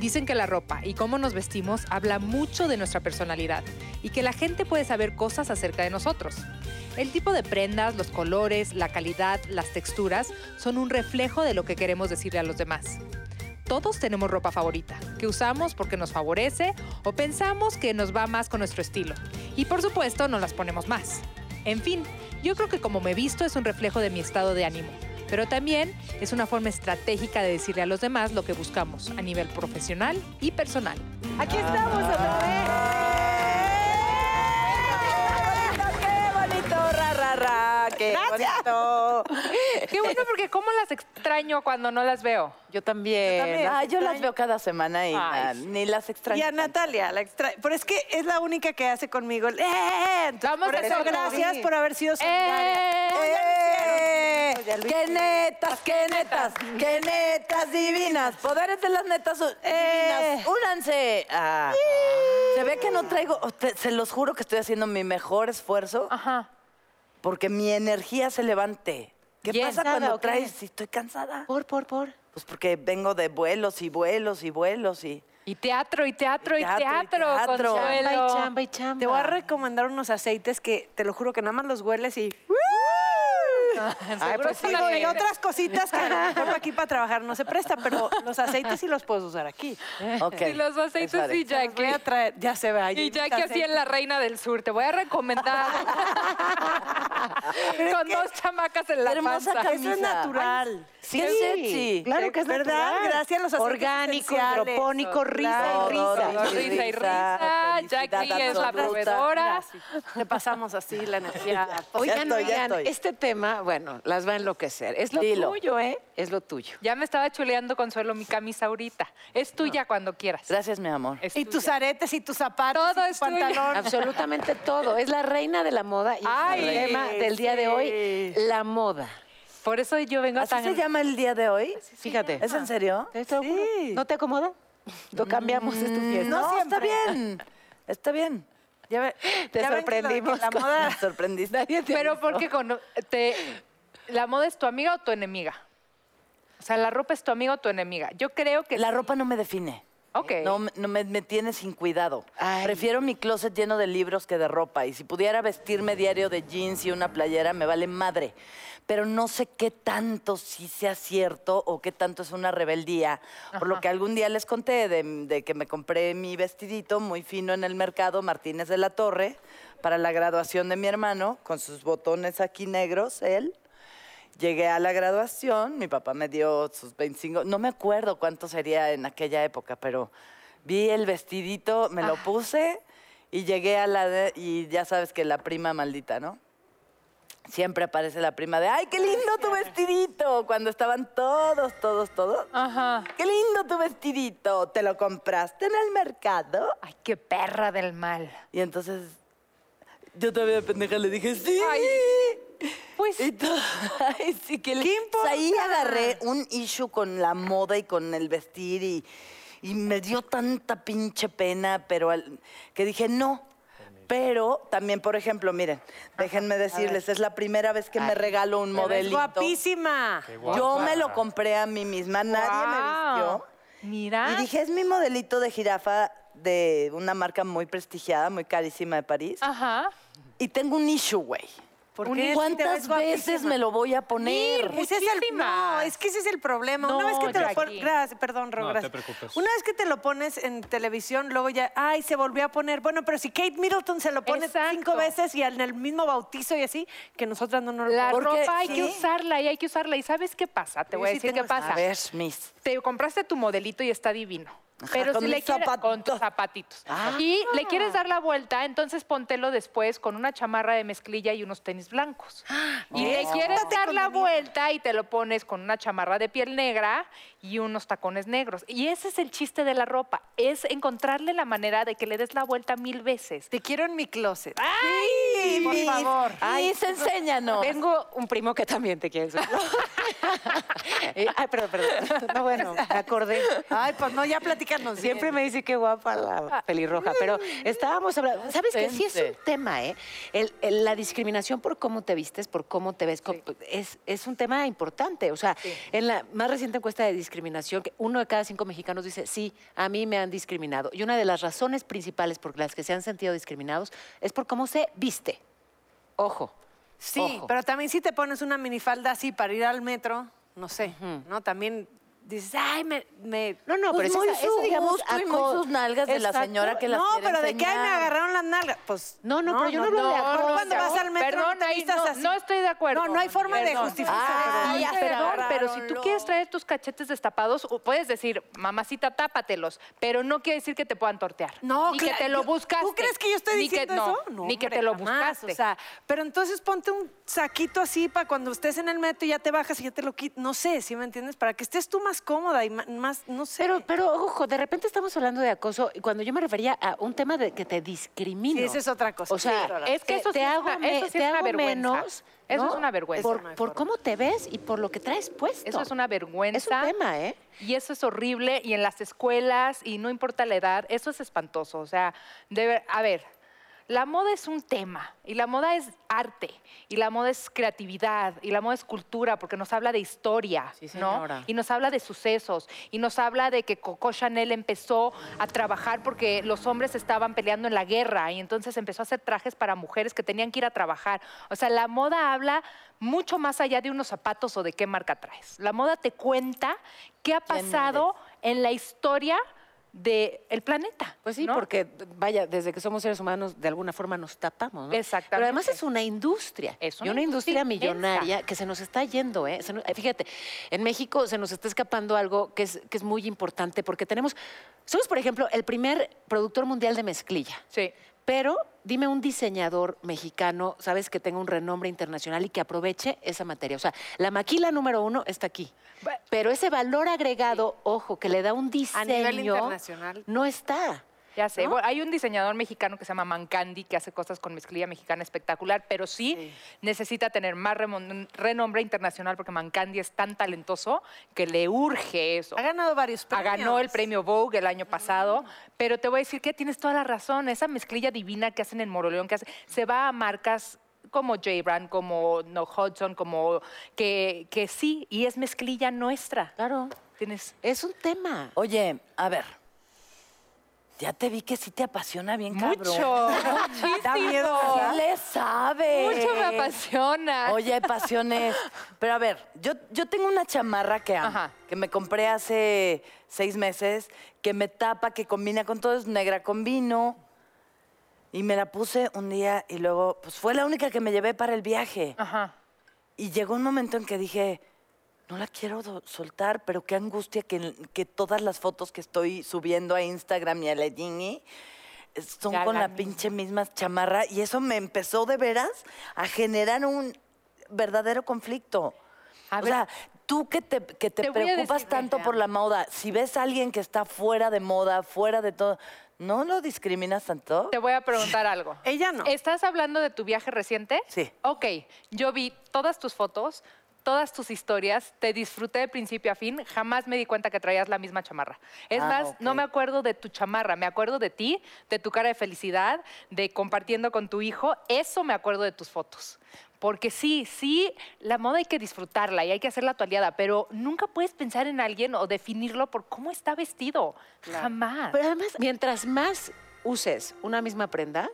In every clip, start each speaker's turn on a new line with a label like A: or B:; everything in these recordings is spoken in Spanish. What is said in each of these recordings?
A: Dicen que la ropa y cómo nos vestimos habla mucho de nuestra personalidad y que la gente puede saber cosas acerca de nosotros. El tipo de prendas, los colores, la calidad, las texturas son un reflejo de lo que queremos decirle a los demás. Todos tenemos ropa favorita, que usamos porque nos favorece o pensamos que nos va más con nuestro estilo. Y por supuesto, nos las ponemos más. En fin, yo creo que como me visto es un reflejo de mi estado de ánimo, pero también es una forma estratégica de decirle a los demás lo que buscamos a nivel profesional y personal.
B: Aquí estamos otra vez. ¡Qué bonito, ra, ra, ra! ¡Qué bonito!
A: Qué bueno, porque cómo las extraño cuando no las veo.
B: Yo también.
C: Yo también,
B: Ah, yo
C: extraño.
B: las veo cada semana
A: Ay,
B: y man, ni las extraño.
C: Y a Natalia, la extra... pero es que es la única que hace conmigo el... ¡Eh! Entonces,
A: Vamos
C: por
A: a
C: eso,
A: hacerlo.
C: gracias
A: Sí.
C: por haber sido solidaria.
A: ¡Eh!
B: ¡Eh!
C: Ya lo
B: ¡Qué netas, qué netas, qué netas divinas! Poderes de las netas u-
C: Eh.
B: divinas. ¡Únanse! Ah. Se ve que no traigo, o te- se los juro que estoy haciendo mi mejor esfuerzo
A: Ajá.
B: porque mi energía se levante. ¿Qué
A: Yes.
B: pasa
A: ¿Cansada
B: cuando
A: o qué?
B: traes? Si estoy cansada.
C: Por, por, por.
B: Pues porque vengo de vuelos y vuelos y vuelos y...
A: Y teatro, y teatro, y
B: Y teatro, y
A: teatro,
B: teatro.
A: Consuelo.
C: Chamba y
D: chamba y chamba.
C: Te voy a recomendar unos aceites que te lo juro que nada más los hueles y...
A: Pues Seguro
C: pues
A: son
C: digo, y
A: aceites.
C: otras cositas que a lo mejor aquí para trabajar no se presta, pero los aceites sí los puedes usar aquí.
B: Ok.
A: Y los
B: eso
A: aceites
B: haré.
A: y
C: Los voy a
A: Jackie.
C: traer, ya se va.
A: Y Jackie
C: ¿eh?
A: así en La Reina del Sur. Te voy a recomendar. Con dos chamacas en la
B: Hermosa
A: panza.
B: camisa.
C: Eso es natural.
B: Sí, es sexy.
D: Claro que es
C: ¿Verdad?
D: natural.
C: Gracias a los aceites
D: Orgánico,
C: esenciales.
D: hidropónico, risa
B: Claro,
D: y
B: todo,
D: risa.
B: todo,
A: Risa y risa.
B: felicidad
A: Jackie es la
B: absoluta.
A: proveedora.
C: Mira, sí, Te pasamos así la energía.
D: Oigan,
B: estoy, ya
D: oigan,
B: estoy.
D: este tema, bueno, las va a enloquecer. Es lo
B: Dilo.
D: tuyo, ¿eh? Es lo tuyo.
A: Ya me estaba chuleando Consuelo mi camisa ahorita. Es tuya cuando quieras.
B: Gracias, mi amor.
A: Es
C: Y
A: tuya.
C: tus aretes y tus zapatos
A: Todo
C: y
A: es
C: tu
A: tuyo.
C: pantalón.
D: Absolutamente todo. Es la reina de la moda y es
A: Ay,
D: el tema del día de hoy, la moda.
A: Por eso yo vengo
B: ¿Así
A: tan...
B: se llama el día de hoy?
D: Fíjate.
B: ¿Es en serio?
D: ¿Te- te lo juro?
C: Sí.
D: ¿No te acomoda? Lo cambiamos, es tu fiesta.
B: Mm, No, está
C: siempre.
B: bien. Está bien. Ya ve-
D: Te
B: ya ven que la-
D: sorprendimos
B: que La,
D: con-
B: moda. Me sorprendiste.
A: Pero porque con, te, la moda es tu amiga o tu enemiga. O sea, la ropa es tu amiga o tu enemiga. Yo creo que
B: La
A: sí.
B: ropa no me define.
A: Ok.
B: No, me- no me, me tiene sin cuidado.
D: Ay.
B: Prefiero mi closet lleno de libros que de ropa. Y si pudiera vestirme diario de jeans y una playera, me vale madre. Pero no sé qué tanto sí sea cierto o qué tanto es una rebeldía. Por lo que algún día les conté de, de que me compré mi vestidito muy fino en el mercado Martínez de la Torre para la graduación de mi hermano, con sus botones aquí negros, él. Llegué a la graduación, mi papá me dio sus 25, no me acuerdo cuánto sería en aquella época, pero vi el vestidito, me lo puse y llegué a la de- y ya sabes que la prima maldita, ¿no? Siempre aparece la prima de, ay, qué lindo tu vestidito, cuando estaban todos, todos, todos.
A: Ah. Ajá.
B: Qué lindo tu vestidito, te lo compraste en el mercado.
A: Ay, qué perra del mal.
B: Y entonces yo todavía de pendeja le dije, sí.
A: Pues
B: Y todo- Ay, sí, que le- O sea, Ahí agarré un issue con la moda y con el vestir y, y me dio tanta pinche pena, pero al- que dije, no. Pero también, por ejemplo, miren, déjenme decirles, es la primera vez que me regalo un
C: Te ves
B: modelito.
C: guapísima.
B: Yo me lo compré a mí misma, nadie me
A: wow.
B: vistió.
A: Mira.
B: Y dije, es mi modelito de jirafa de una marca muy prestigiada, muy carísima de París.
A: Ajá.
B: Y tengo un issue, güey.
C: ¿Por
B: Un
C: qué?
B: issue.
C: Si te ves
B: ¿Cuántas veces
C: guapísima.
B: me lo voy a poner?
A: Mil.
C: Ese es el, no,
A: Muchísimas.
C: es que ese es el problema. una
A: No,
C: vez que te lo
A: Jackie.
C: pones, gracias, perdón, Ron,
E: No, te
C: gracias.
E: preocupes.
C: Una vez que te lo pones en televisión, luego ya, ay, se volvió a poner. Bueno, pero si Kate Middleton se lo pone
A: Exacto.
C: cinco veces y en el mismo bautizo y así, que nosotras no nos lo
A: La
C: ponemos.
B: Porque-
A: ropa hay que
B: sí.
A: usarla y hay que usarla. ¿Y sabes qué pasa? Te
C: Yo
A: voy a
C: sí
A: decir qué
C: tengo esa-
A: pasa.
B: A ver, Miss.
A: Te compraste tu modelito y está divino. Pero
B: con
A: si le
B: mis Ah.
A: quieres con tus
B: zapatitos.
A: zapatitos. Y le quieres dar la vuelta, entonces póntelo después con una chamarra de mezclilla y unos tenis blancos.
B: Ah,
A: Y le quieres dar la vuelta y te lo pones con una chamarra de piel negra y unos tacones negros. Y ese es el chiste de la ropa, es encontrarle la manera de que le des la vuelta mil veces.
C: Te quiero en mi closet. Ah.
B: Ay,
C: por
B: Miss.
C: favor.
B: Ay, Miss, enséñanos.
D: Tengo un primo que también te quiere. Eh, Ay, perdón, perdón. No, bueno, me acordé.
C: Ay, pues no, ya platícanos.
D: Siempre me dice qué guapa la pelirroja, pero estábamos hablando. ¿Sabes qué? Sí es un
B: Contente.
D: tema, ¿eh? El- el- la discriminación por cómo te vistes, por cómo te ves, com- es, es un tema importante. O sea, en la más reciente encuesta de discriminación, que uno de cada cinco mexicanos dice, sí, a mí me han discriminado. Y una de las razones principales por las que se han sentido discriminados es por cómo se viste. Ojo.
C: Sí,
D: ojo.
C: pero también si te pones una minifalda así para ir al metro, no sé, ¿no? También dices, ay, me... me-
D: No, no,
B: Pues
D: pero
B: muy
D: es esa-
B: su
D: eso, digamos,
B: gusto y muy
D: aco-
B: sus nalgas de la señora que las
C: No,
B: quiere
C: pero ¿de qué ahí me
B: enseñar.
C: agarraron las nalgas? Pues...
D: No, no, pero yo no hablo de
C: ¿por
D: acoso.
C: cuando vas al metro
A: Perdón,
C: te
A: ahí
C: vistas
A: no-
C: así?
A: no estoy de acuerdo,
C: No, no hay forma de
A: perdón.
C: justificar.
B: Ah,
A: Ay,
B: ya,
A: perdón, pero si tú
B: agárralo.
A: quieres traer tus cachetes destapados, o puedes decir, mamacita, tápatelos, pero no quiere decir que te puedan tortear.
C: No,
A: ni
C: claro,
A: que te
C: yo-
A: lo buscaste.
C: ¿Tú crees que yo estoy
A: ni que-
C: diciendo
A: no,
C: eso?
A: ni que
C: hombre,
A: te lo
C: jamás,
A: buscaste.
C: O sea, pero entonces ponte un saquito así para cuando estés en el metro y ya te bajas y ya te lo quitas. No sé, ¿sí me entiendes? Para que estés tú más cómoda y ma- más, no sé.
D: Pero, pero ojo, de repente estamos hablando de acoso y cuando yo me refería a un tema de que te discrimino.
C: Sí, esa es otra cosa.
D: O sea,
C: Sí, toda la-
A: es que
D: te-
A: eso sí
D: te
A: es
D: hago
A: una-
D: me-
A: eso sí
D: te
A: es una
D: hago
A: vergüenza.
D: menos,
A: Eso es
D: ¿no?
A: una vergüenza.
D: Por,
C: Eso no hay
D: por
C: forma.
D: cómo te ves y por lo que traes puesto.
A: Eso es una vergüenza.
D: Es un tema, ¿eh?
A: Y eso es horrible. Y en las escuelas, y no importa la edad, eso es espantoso. O sea, de ver- a ver, la moda es un tema. Y la moda es arte. Y la moda es creatividad. Y la moda es cultura, porque nos habla de historia,
D: Sí,
A: ¿no?
D: señora.
A: Y nos habla de sucesos. Y nos habla de que Coco Chanel empezó a trabajar porque los hombres estaban peleando en la guerra. Y entonces empezó a hacer trajes para mujeres que tenían que ir a trabajar. O sea, la moda habla mucho más allá de unos zapatos o de qué marca traes. La moda te cuenta qué ha
B: ¿Quién
A: pasado en la historia del planeta.
D: Pues sí,
A: ¿no?
D: porque vaya, desde que somos seres humanos, de alguna forma nos tapamos, ¿no?
A: Exactamente.
D: Pero además es una industria.
A: Es
D: y
A: una
D: una industria,
A: industria inmensa.
D: millonaria que se nos está yendo, ¿eh? Se nos- eh, fíjate, en México se nos está escapando algo que es, que es muy importante porque tenemos. Somos, por ejemplo, el primer productor mundial de mezclilla.
A: Sí.
D: Pero dime un diseñador mexicano, sabes, que tenga un renombre internacional y que aproveche esa materia. O sea, la maquila número uno está aquí.
A: Ba-
D: Pero ese valor agregado, ojo, que le da un diseño.
C: A nivel internacional.
D: No está.
A: Ya sé,
D: ¿no?
A: Bueno, hay un diseñador mexicano que se llama Mancandi que hace cosas con mezclilla mexicana espectacular, pero sí, necesita tener más remon- renombre internacional porque Mancandi es tan talentoso que le urge eso.
C: Ha ganado varios
A: Ah,
C: premios.
A: Ganó el premio Vogue el año pasado, pero te voy a decir que tienes toda la razón. Esa mezclilla divina que hacen en Moroleón, que hace- se va a marcas como J. Brand, como No Hudson, como que, que sí, y es mezclilla nuestra.
D: Claro.
A: Tienes.
D: Es un tema.
B: Oye, a ver. Ya te vi que sí te apasiona bien, cabrón.
A: Mucho, muchísimo.
B: Sí le sabe.
A: Mucho me apasiona.
B: Oye, hay pasiones. Pero a ver, yo, yo tengo una chamarra que amo,
A: Ajá.
B: que me compré hace seis meses, que me tapa, que combina con todo, es negra con vino. Y me la puse un día y luego, pues fue la única que me llevé para el viaje.
A: Ajá.
B: Y llegó un momento en que dije, no la quiero do- soltar, pero qué angustia que, que todas las fotos que estoy subiendo a Instagram y a la Dini son
A: Ya
B: con
A: la
B: la pinche misma chamarra. Y eso me empezó de veras a generar un verdadero conflicto.
A: A
B: o
A: ver.
B: sea, tú que te, que te
A: Te voy a
B: preocupas
A: decir,
B: tanto
A: Rebeca.
B: por la moda, si ves a alguien que está fuera de moda, fuera de todo, ¿no lo discriminas tanto?
A: Te voy a preguntar algo.
C: Ella no.
A: ¿Estás hablando de tu viaje reciente?
B: Sí.
A: Ok, yo vi todas tus fotos, todas tus historias, te disfruté de principio a fin, jamás me di cuenta que traías la misma chamarra. Es
B: Ah,
A: más, no
B: ok.
A: me acuerdo de tu chamarra, me acuerdo de ti, de tu cara de felicidad, de compartiendo con tu hijo, eso me acuerdo de tus fotos. Porque sí, sí, la moda hay que disfrutarla y hay que hacerla tu aliada, pero nunca puedes pensar en alguien o definirlo por cómo está vestido. Jamás.
D: Pero además, mientras más uses una misma prenda,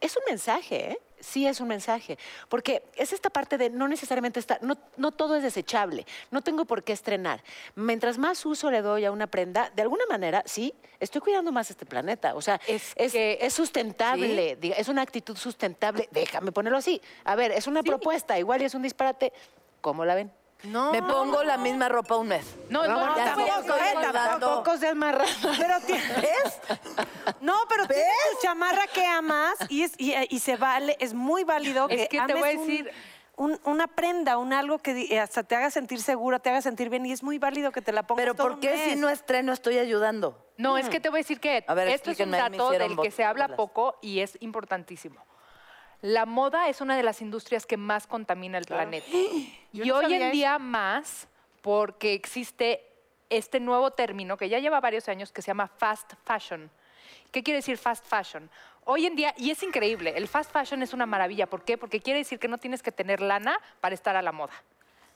D: es un mensaje, ¿eh? Sí, es un mensaje. Porque es esta parte de no necesariamente está, no, no todo es desechable, no tengo por qué estrenar. Mientras más uso le doy a una prenda, de alguna manera, sí, estoy cuidando más este planeta. O sea,
A: Es
D: es,
A: que-
D: es sustentable, diga- es una actitud sustentable. Déjame ponerlo así. A ver, es una propuesta, igual y es un disparate. ¿Cómo la ven?
C: No.
B: Me pongo la misma ropa un mes.
A: No, no, ¿eh? no,
B: ya
A: no,
B: estamos
A: no, no,
B: correctas,
A: no, no,
B: ¿verdad? No.
D: Tampoco seas más raro.
C: Pero ti-
B: ¿Ves?
C: no, pero tienes tu chamarra que amas y, es, y, y se vale, es muy válido
A: Es
C: que,
A: que te
C: ames
A: voy a
C: un-
A: decir-
C: un- una prenda, un algo que di- hasta te haga sentir segura, te haga sentir bien y es muy válido que te la pongas
B: Pero
C: todo
B: ¿por
C: un
B: qué si
C: mes?
B: no estreno estoy ayudando?
A: No, es que te voy a decir que
B: A ver,
A: esto es un
B: explíquenme, a mí me
A: dato
B: hicieron
A: del que se
B: bo-
A: habla
B: bolas.
A: poco y es importantísimo. La moda es una de las industrias que más contamina el planeta. Y hoy en día más porque existe este nuevo término que ya lleva varios años que se llama fast fashion. ¿Qué quiere decir fast fashion? Hoy en día, y es increíble, el fast fashion es una maravilla. ¿Por qué? Porque quiere decir que no tienes que tener lana para estar a la moda.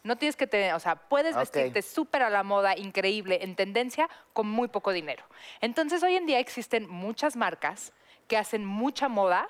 A: No tienes que tener, o sea, puedes
B: Ok.
A: vestirte súper a la moda, increíble, en tendencia, con muy poco dinero. Entonces, hoy en día existen muchas marcas que hacen mucha moda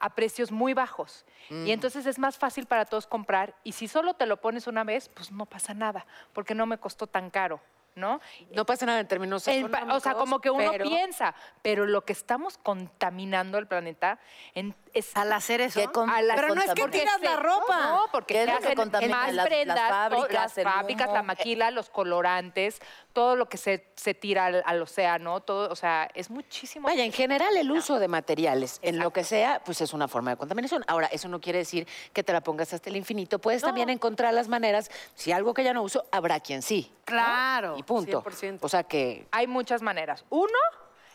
A: a precios muy bajos. Y entonces es más fácil para todos comprar. Y si solo te lo pones una vez, pues no pasa nada, porque no me costó tan caro, ¿no?
D: No pasa nada en términos
A: En pa-
D: económicos.
A: o sea, como que uno
D: pero-
A: piensa, pero lo que estamos contaminando el planeta en- es
E: Al hacer eso.
B: ¿Qué con-
A: a las
E: Pero no es que
A: porque
E: tiras la
A: se-
E: ropa.
A: No, porque
B: ¿Qué es
A: se
B: lo que
A: hacen
B: contamina?
A: más
B: Las- las
A: prendas, to-
B: fábricas,
A: las
B: el
A: fábricas, la
B: humo.
A: maquila, los colorantes, todo lo que se, se tira al, al océano, todo, o sea, es muchísimo.
D: Vaya, en general el uso de materiales, en lo que sea, pues es una forma de contaminación. Ahora, eso no quiere decir que te la pongas hasta el infinito. Puedes también encontrar las maneras, si algo que ya no uso, habrá quien sí.
E: Claro.
D: Y punto.
E: 100%.
D: O sea que
A: Hay muchas maneras. Uno,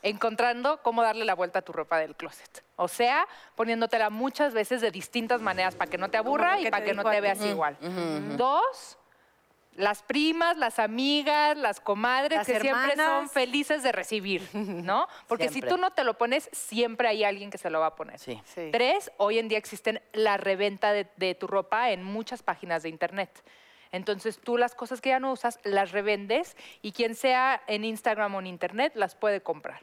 A: encontrando cómo darle la vuelta a tu ropa del closet. O sea, poniéndotela muchas veces de distintas maneras para que no te
E: Como
A: aburra
E: lo
A: y
E: que
A: para
E: te
A: que no
E: dijo
A: te
E: Ale.
A: veas igual. Dos, las primas, las amigas, las comadres
E: Las
A: que siempre son
E: hermanas.
A: felices de recibir, ¿no? Porque
B: Siempre.
A: si tú no te lo pones, siempre hay alguien que se lo va a poner.
B: Sí.
E: Sí.
A: Tres, hoy en día existen la reventa de, de tu ropa en muchas páginas de internet. Entonces tú las cosas que ya no usas las revendes y quien sea en Instagram o en internet las puede comprar.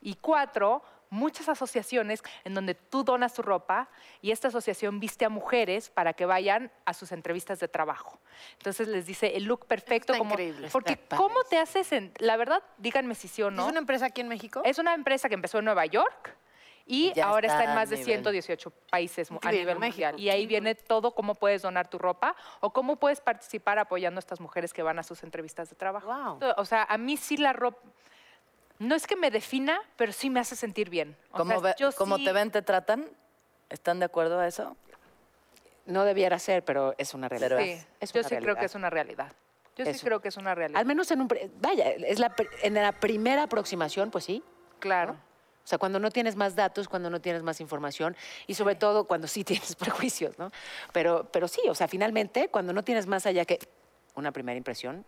A: Y cuatro, muchas asociaciones en donde tú donas tu ropa y esta asociación viste a mujeres para que vayan a sus entrevistas de trabajo. Entonces les dice el look perfecto.
C: está
A: como,
C: increíble.
A: Porque
D: Está
A: ¿cómo te haces? en- la verdad, díganme si sí o no.
C: ¿Es una empresa aquí en México?
A: Es una empresa que empezó en Nueva York y
B: Ya
A: ahora está,
B: está
A: en más
B: a
A: de
B: nivel.
A: 118 países mu- a
E: Increíble,
A: nivel
E: México.
A: mundial. Y ahí viene todo cómo puedes donar tu ropa o cómo puedes participar apoyando a estas mujeres que van a sus entrevistas de trabajo.
E: Guau.
A: O sea, a mí sí la ropa... No es que me defina, pero sí me hace sentir bien. O
B: ¿Cómo,
A: sea,
B: ve-
A: yo
B: cómo
A: sí-
B: te ven, te tratan? ¿Están de acuerdo a eso?
D: no debiera ser, pero es una realidad.
B: Pero
A: Sí,
D: Es
A: yo
D: una
A: sí creo
D: realidad.
A: que es una realidad. Yo
D: Eso.
A: sí creo que es una realidad.
D: Al menos en un... pre- Vaya, es la, pr- en la primera aproximación, pues sí.
A: Claro.
D: O sea, cuando no tienes más datos, cuando no tienes más información y sobre todo cuando sí tienes prejuicios, ¿no? Pero, pero sí, o sea, finalmente, cuando no tienes más allá que una primera impresión,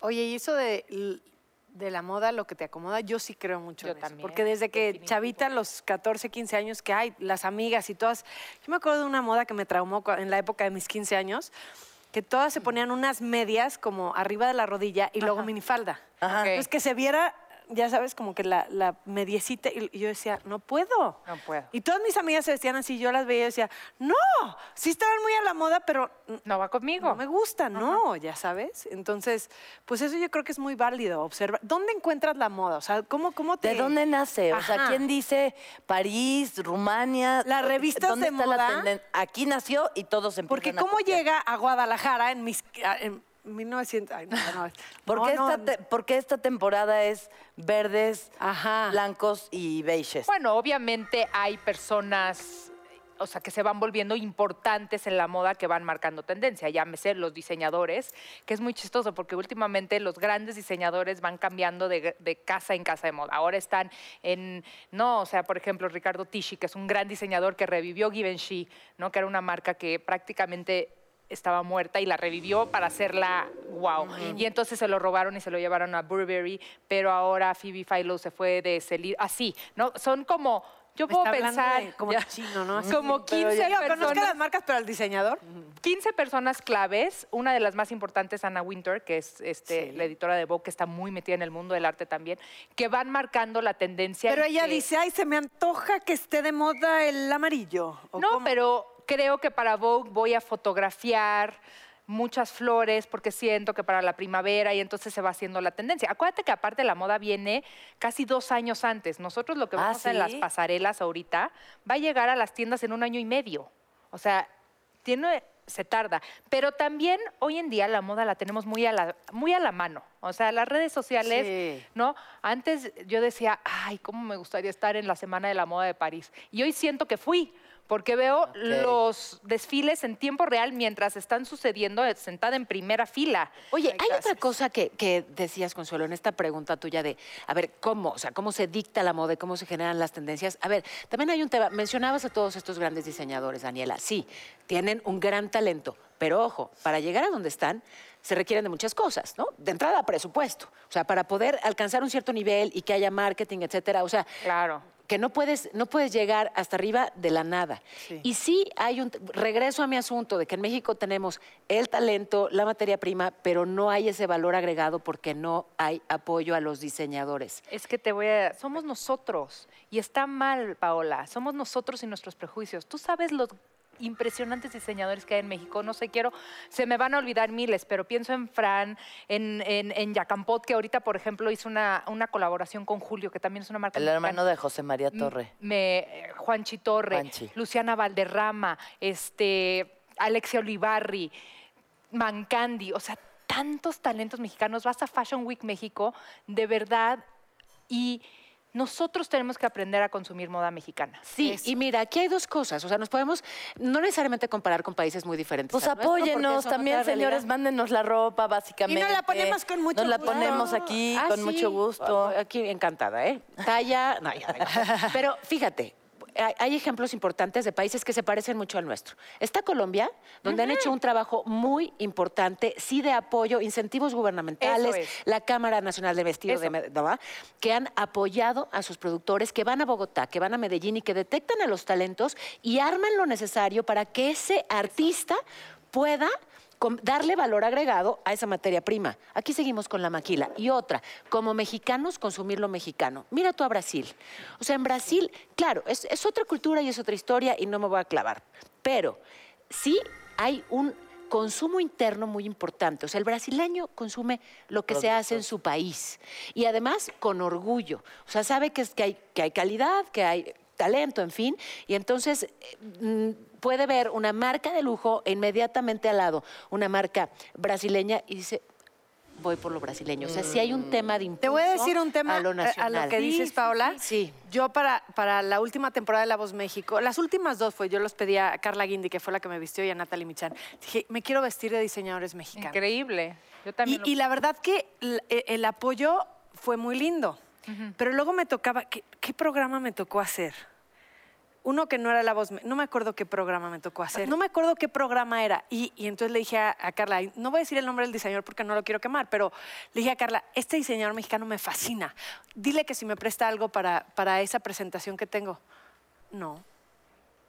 C: Oye, y eso de, l- de la moda, lo que te acomoda, yo sí creo mucho
A: Yo
C: en eso,
A: también,
C: Porque
E: Porque desde que
A: definitivo.
E: chavita, a los 14, 15 años que hay, las amigas y todas. Yo me acuerdo de una moda que me traumó cua- en la época de mis 15 años, que todas se
A: Mm.
E: ponían unas medias como arriba de la rodilla y luego minifalda.
B: Ajá.
A: Ok.
E: Entonces que se viera, ya sabes, como que la, la mediecita. Y y yo decía, no puedo.
A: No puedo.
E: Y todas mis amigas se vestían así, yo las veía y decía, no, sí estaban muy a la moda, pero mm,
A: No va conmigo.
E: no me gusta, no, ya sabes. Entonces, pues eso yo creo que es muy válido. Observa, ¿dónde encuentras la moda? O sea, ¿cómo, cómo te...?
B: ¿De dónde nace? O sea,
E: Ajá.
B: ¿quién dice París, Rumania?
E: Las revistas
B: ¿Dónde
E: de
B: está la
E: moda.
B: tenden- Aquí nació y todos empiezan
E: Porque
B: a
E: ¿cómo
B: copiar.
E: llega a Guadalajara en mis... a- en 1900... Ay, no, no, es-
B: ¿Por
E: no,
B: qué
E: no,
B: esta, te- por qué esta temporada es verdes,
C: Ah.
E: Ajá.
B: blancos y beiges?
A: Bueno, obviamente hay personas, o sea, que se van volviendo importantes en la moda que van marcando tendencia. Llámese los diseñadores, que es muy chistoso porque últimamente los grandes diseñadores van cambiando de, de casa en casa de moda. Ahora están en, no, o sea, por ejemplo, Ricardo Tisci, que es un gran diseñador que revivió Givenchy, ¿no? Que era una marca que prácticamente estaba muerta y la revivió para hacerla wow. Y entonces se lo robaron y se lo llevaron a Burberry, pero ahora Phoebe Philo se fue de Celine. Así, ¿no? Son como, yo
E: Me
A: puedo
E: está hablando
A: pensar...
E: de- como
A: Ya.
E: chino, ¿no? Así,
A: Como
E: pero
A: 15
E: yo conozco
A: personas.
E: las marcas, pero al diseñador.
A: 15 personas claves, una de las más importantes, Anna Winter, que es este, la editora de Vogue, que está muy metida en el mundo del arte también, que van marcando la tendencia.
E: Pero
A: y
E: ella
A: que-
E: dice, ay, se me antoja que esté de moda el amarillo. ¿o
A: No,
E: cómo?
A: pero creo que para Vogue voy a fotografiar muchas flores porque siento que para la primavera y entonces se va haciendo la tendencia. Acuérdate que aparte la moda viene casi dos años antes. Nosotros lo que
B: Ah,
A: vemos en las
B: ¿sí?
A: pasarelas ahorita va a llegar a las tiendas en un año y medio. O sea, tiene, se tarda. Pero también hoy en día la moda la tenemos muy a la, muy a la mano. O sea, las redes sociales,
C: Sí.
A: ¿no? Antes yo decía, ay, cómo me gustaría estar en la Semana de la Moda de París. Y hoy siento que fui. porque veo los desfiles en tiempo real mientras están sucediendo eh, sentada en primera fila.
D: Oye, hay otra cosa que, que decías, Consuelo, en esta pregunta tuya de, a ver, ¿cómo? O sea, ¿cómo se dicta la moda y cómo se generan las tendencias? A ver, también hay un tema, mencionabas a todos estos grandes diseñadores, Daniela, sí, tienen un gran talento, pero ojo, para llegar a donde están se requieren de muchas cosas, ¿no? De entrada, presupuesto. O sea, para poder alcanzar un cierto nivel y que haya marketing, etcétera. O sea,
A: Claro.
D: que no puedes, no puedes llegar hasta arriba de la nada. Y sí hay un, regreso a mi asunto de que en México tenemos el talento, la materia prima, pero no hay ese valor agregado porque no hay apoyo a los diseñadores.
A: Es que te voy a... Somos nosotros. Y está mal, Paola. Somos nosotros y nuestros prejuicios. Tú sabes los impresionantes diseñadores que hay en México. No sé, quiero... Se me van a olvidar miles, pero pienso en Fran, en, en, en Yacampot, que ahorita, por ejemplo, hizo una, una colaboración con Julio, que también es una marca
B: El hermano
A: mexicana.
B: de José María Torre.
A: Mm, Me, eh, Juanchi Torre,
B: Juanchi.
A: Luciana Valderrama, este, Alexia Olivarri, Mancandi, o sea, tantos talentos mexicanos. Vas a Fashion Week México, de verdad, y nosotros tenemos que aprender a consumir moda mexicana.
D: Sí, y mira, aquí hay dos cosas. O sea, nos podemos no necesariamente comparar con países muy diferentes.
B: Pues
D: al nuestro, porque
B: apóyennos
D: eso no es
B: también,
D: la realidad.
B: señores, mándenos la ropa, básicamente.
C: Y nos la ponemos con mucho
B: Nos la
C: gusto.
B: ponemos aquí
D: Ah,
B: con
D: sí.
B: mucho gusto.
D: Ah, Aquí encantada, ¿eh? Talla, no, ya, ya. Pero fíjate, hay, hay ejemplos importantes de países que se parecen mucho al nuestro. Está Colombia, donde han hecho un trabajo muy importante, sí de apoyo, incentivos gubernamentales,
A: Eso es.
D: la Cámara Nacional de Vestidos de
A: Eso.
D: Med- ¿no va? que han apoyado a sus productores, que van a Bogotá, que van a Medellín y que detectan a los talentos y arman lo necesario para que ese artista pueda com- darle valor agregado a esa materia prima. Aquí seguimos con la maquila. Y otra, como mexicanos, consumir lo mexicano. Mira tú a Brasil. O sea, en Brasil, claro, es, es otra cultura y es otra historia y no me voy a clavar. Pero sí hay un consumo interno muy importante. O sea, el brasileño consume lo que se hace en su país y además con orgullo. O sea, sabe que, es- que, hay, que hay calidad, que hay talento, en fin, y entonces eh, mm, puede ver una marca de lujo e inmediatamente al lado, una marca brasileña y dice, voy por lo brasileño. O sea, sí hay un tema de impulso
C: Te voy a decir un tema eh,
D: a lo nacional.
C: que dices, Paola.
D: Sí.
C: Yo para, para la última temporada de La Voz México, las últimas dos fue, yo los pedí a Carla Guindy, que fue la que me vistió, y a Natalie Michan. Dije, me quiero vestir de diseñadores mexicanos.
A: Increíble. Yo
C: Y,
A: también lo-
C: y la verdad que el, e- el apoyo fue muy lindo. Pero luego me tocaba, ¿qué, qué programa me tocó hacer? Uno que no era la voz, Me- no me acuerdo qué programa me tocó hacer. No me acuerdo qué programa era. Y, y entonces le dije a, a Carla, y no voy a decir el nombre del diseñador porque no lo quiero quemar, pero le dije a Carla, este diseñador mexicano me fascina. Dile que si me presta algo para, para esa presentación que tengo. No.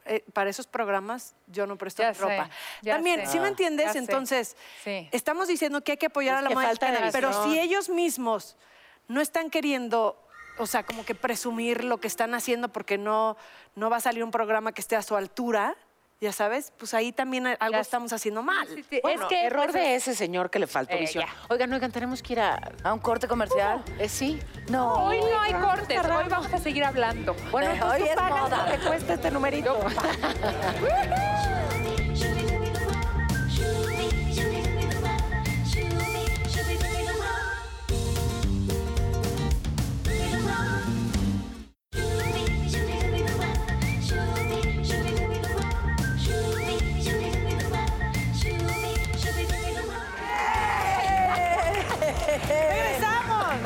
C: Eh, para esos programas yo no presto
A: Ya
C: mi ropa.
A: sé, ya
C: También,
A: sé.
C: ¿sí me
A: Ah.
C: entiendes?
A: Ya sé.
C: Entonces,
A: Sí.
C: estamos diciendo que hay que apoyar
D: Es
C: a la
D: que
C: moda
D: falta de
C: mexicana, pero
D: visión.
C: si ellos mismos no están queriendo, o sea, como que presumir lo que están haciendo porque no, no va a salir un programa que esté a su altura, ya sabes, pues ahí también algo
A: Ya sé.
C: estamos haciendo mal.
A: Sí, sí,
D: Bueno,
A: es que
D: error
A: pues,
D: de ese señor que le faltó
A: Eh,
D: visión.
A: ya.
D: Oigan, oigan, tenemos que ir a...
B: ¿A un corte comercial?
D: eh, sí. No.
A: Hoy no hay cortes, hoy vamos a seguir hablando.
D: Bueno,
B: Eh,
D: entonces
B: hoy es
D: pagas
B: moda.
D: lo que cuesta este numerito.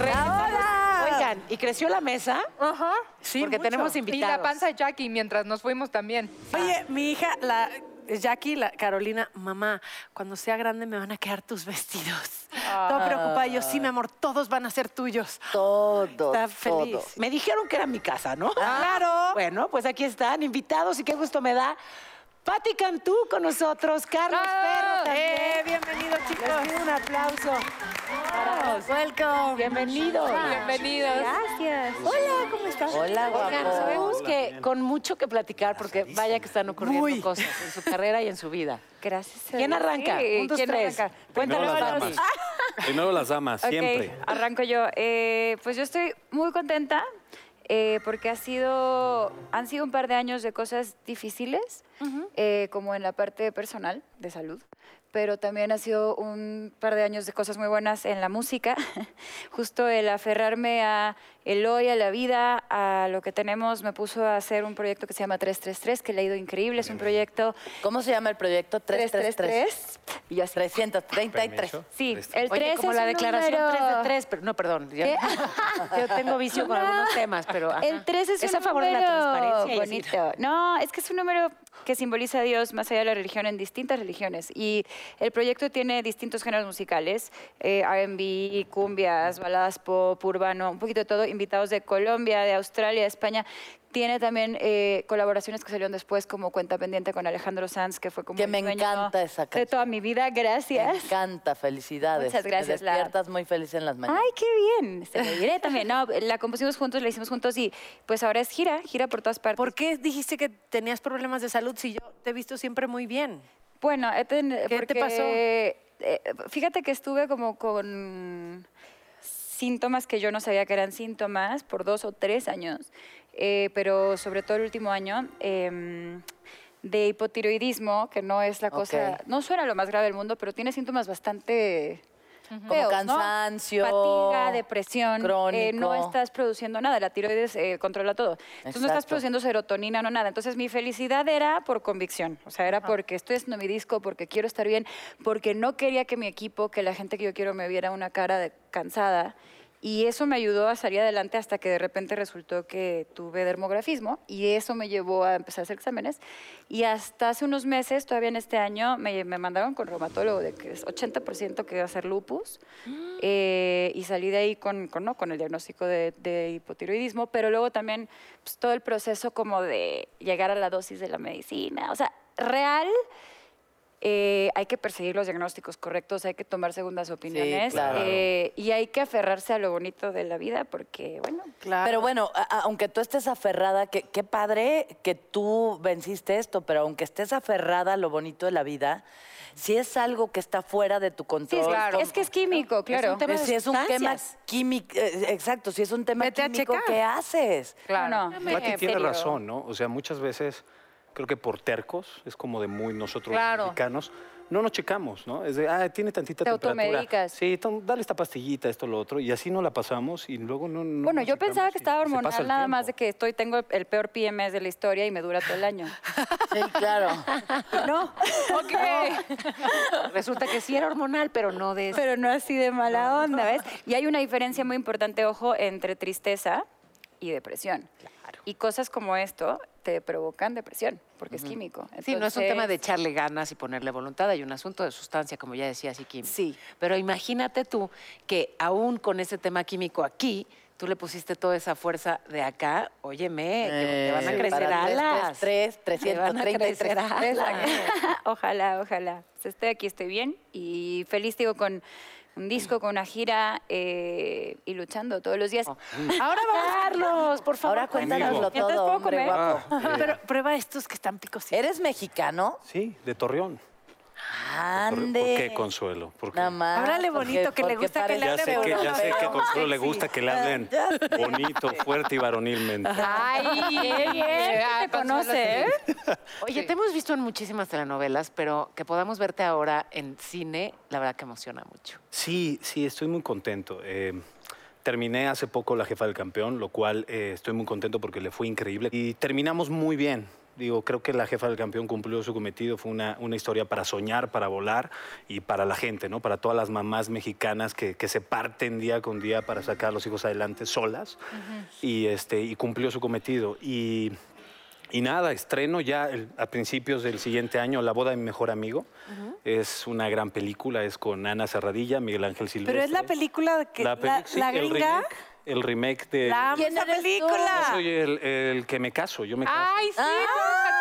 D: Oigan, y creció la mesa
A: Ajá.
D: porque tenemos
A: Y
D: invitados.
A: la panza de Jackie mientras nos fuimos también.
C: Oye, mi hija, la Jackie, la Carolina, mamá, cuando sea grande me van a quedar tus vestidos.
D: Ah.
C: Todo preocupada, yo sí, mi amor, todos van a ser tuyos.
B: Todo,
C: Está
B: todo.
C: feliz.
D: Me dijeron que era mi casa, ¿no?
F: Ah,
C: Claro.
D: Bueno, pues aquí están invitados y qué gusto me da. Pati Cantú con nosotros, Carlos Ferro también.
C: Eh, bienvenidos,
D: Les
C: chicos.
D: pido un aplauso.
C: Welcome.
D: Bienvenidos.
A: Bienvenidos.
D: Hola, ¿cómo estás?
B: Hola,
D: Oigan,
B: guapo.
D: sabemos que con mucho que platicar, porque vaya que están ocurriendo cosas en su carrera y en su vida.
F: Gracias. a
D: ¿Quién
F: Dios.
D: arranca?
F: Sí,
D: Un, dos,
F: ¿quién
D: tres.
F: arranca? Ah,
G: Primero
D: Cuéntanos,
G: las
D: Pati.
G: damas. Primero las damas,
F: Ok,
G: siempre.
F: arranco yo. Eh, pues yo estoy muy contenta eh, porque ha sido, han sido un par de años de cosas difíciles, eh, como en la parte personal, de salud, pero también ha sido un par de años de cosas muy buenas en la música. Justo el aferrarme a el hoy, a la vida, a lo que tenemos, me puso a hacer un proyecto que se llama 333, que le ha ido increíble. Es un proyecto
B: ¿Cómo se llama el proyecto? 333.
F: 333. Y yo así.
B: 333.
F: Sí, el 3
D: Oye, como
F: es
D: la
F: un
D: declaración
F: número...
D: 3 de 3, pero no, perdón. ya- Yo tengo vicio con algunos temas, pero. ajá.
F: El 3 es,
D: a
F: un
D: favor de la
F: número
D: transparencia. y así.
F: bonito. No, es que es un número que simboliza a Dios más allá de la religión en distintas religiones. Y el proyecto tiene distintos géneros musicales, eh, R&B, cumbias, baladas pop, urbano, un poquito de todo, invitados de Colombia, de Australia, de España. Tiene también eh, colaboraciones que salieron después, como Cuenta Pendiente con Alejandro Sanz, que fue como
B: Que
F: el
B: me
F: dueño
B: encanta esa
F: De toda mi vida, gracias.
B: Me encanta, felicidades.
F: Muchas gracias,
B: Te
F: Lara.
B: despiertas muy feliz en las mañanas.
F: Ay, qué bien. Se lo diré también. No, la compusimos juntos, la hicimos juntos y pues ahora es gira, gira por todas partes.
C: ¿Por qué dijiste que tenías problemas de salud si yo te he visto siempre muy bien?
F: Bueno, he ten-
C: ¿Qué te
F: porque,
C: pasó?
F: eh, fíjate que estuve como con síntomas que yo no sabía que eran síntomas por dos o tres años, eh, pero sobre todo el último año em, de hipotiroidismo, que no es la cosa,
B: Ok.
F: no suena lo más grave del mundo, pero tiene síntomas bastante
B: Como
F: feos, ¿no?
B: cansancio,
F: Fatiga, depresión. eh, no
B: crónico.
F: estás produciendo nada. La tiroides eh, controla todo. Entonces no estás
B: Exacto.
F: produciendo serotonina, no nada. Entonces mi felicidad era por convicción. O sea, era porque estoy haciendo mi disco, porque quiero estar bien, porque no quería que mi equipo, que la gente que yo quiero me viera una cara de- cansada. Y eso me ayudó a salir adelante hasta que de repente resultó que tuve dermografismo y eso me llevó a empezar a hacer exámenes. Y hasta hace unos meses, todavía en este año, me, me mandaron con reumatólogo de que es 80% que iba a ser lupus. Eh, y salí de ahí con, con, ¿no? con el diagnóstico de, de hipotiroidismo, pero luego también pues, todo el proceso como de llegar a la dosis de la medicina. O sea, real, eh, hay que perseguir los diagnósticos correctos, hay que tomar segundas opiniones
B: claro.
F: eh, y hay que aferrarse a lo bonito de la vida porque, bueno,
C: Claro.
B: Pero bueno, a- a- aunque tú estés aferrada, que- qué padre que tú venciste esto, pero aunque estés aferrada a lo bonito de la vida, si es algo que está fuera de tu control. eh,
F: claro. es que es químico, claro.
D: tema de
B: si es un tema
D: sustancias.
B: químico, eh, exacto, si es un tema
C: Vete a
B: químico,
C: checar.
B: ¿qué haces?
F: Claro. No, no.
G: Pati tiene
F: Pero-
G: razón, ¿no? O sea, muchas veces creo que por tercos, es como de muy nosotros los
A: Claro.
G: mexicanos, no nos checamos, ¿no? Es de, ah, tiene tantita
F: Te
G: temperatura.
F: automedicas.
G: Sí, tom- dale esta pastillita, esto, lo otro, y así no la pasamos y luego no. no
F: Bueno,
G: nos
F: yo pensaba
G: checamos
F: que
G: y
F: estaba
G: se pasa
F: hormonal
G: el
F: nada más de
G: tiempo.
F: que estoy tengo el peor PMS de la historia y me dura todo el año.
B: Sí, claro.
F: no.
D: Resulta que sí era hormonal, pero no de.
F: pero no así de mala onda, ¿ves? Y hay una diferencia muy importante, ojo, entre tristeza y depresión. Y cosas como esto te provocan depresión, porque es químico.
D: Sí, no es un tema de
F: Entonces,
D: echarle ganas y ponerle voluntad, hay un asunto de sustancia, como ya decías, y químico.
C: Sí.
D: Pero imagínate tú que aún con ese tema químico aquí, tú le pusiste toda esa fuerza de acá, óyeme, que te van a
B: Eh,
D: crecer
B: para tres,
D: alas.
B: tres, tres,
D: Te van a
B: 333.
D: crecer alas.
F: ojalá, ojalá. Pues Estoy aquí, estoy bien y feliz, digo, con un disco, con una gira eh, y luchando todos los días.
D: Ahora vamos, Carlos, por favor.
B: Ahora cuéntanoslo
G: Amigo.
F: Mientras
B: todo,
F: puedo
B: hombre
F: comer.
B: guapo.
G: Ah, eh,
C: Pero prueba estos que están picositos.
B: ¿Eres mexicano?
G: Sí, de Torreón.
B: Ande.
G: ¿Por qué, Consuelo? ¿Por qué?
B: Nada más.
C: Háblale bonito, que le gusta que le
G: Ya
C: hable
G: sé, que, ya sé que a Consuelo le gusta que le hablen
B: Ya sé.
G: bonito, fuerte y varonilmente.
A: Ay, qué bien.
F: Te conoce, ¿eh?
D: Oye, te hemos visto en muchísimas telenovelas, pero que podamos verte ahora en cine, la verdad que emociona mucho.
G: Sí, sí, estoy muy contento. Eh, terminé hace poco La Jefa del Campeón, lo cual eh, estoy muy contento porque le fue increíble. Y terminamos muy bien. Digo, creo que La Jefa del Campeón cumplió su cometido. Fue una, una historia para soñar, para volar y para la gente, ¿no? Para todas las mamás mexicanas que, que se parten día con día para sacar a los hijos adelante solas. y, este, y cumplió su cometido. Y y nada, estreno ya el- a principios del siguiente año La boda de mi mejor amigo. Es una gran película, es con Ana Cerradilla, Miguel Ángel Silvestre.
C: Pero es la película que la,
G: peli- sí,
C: la
G: el
C: gringa.
G: remake- El remake de...
C: La amo esa película.
G: Yo soy el, el que me caso, yo me caso.
A: Ay, sí.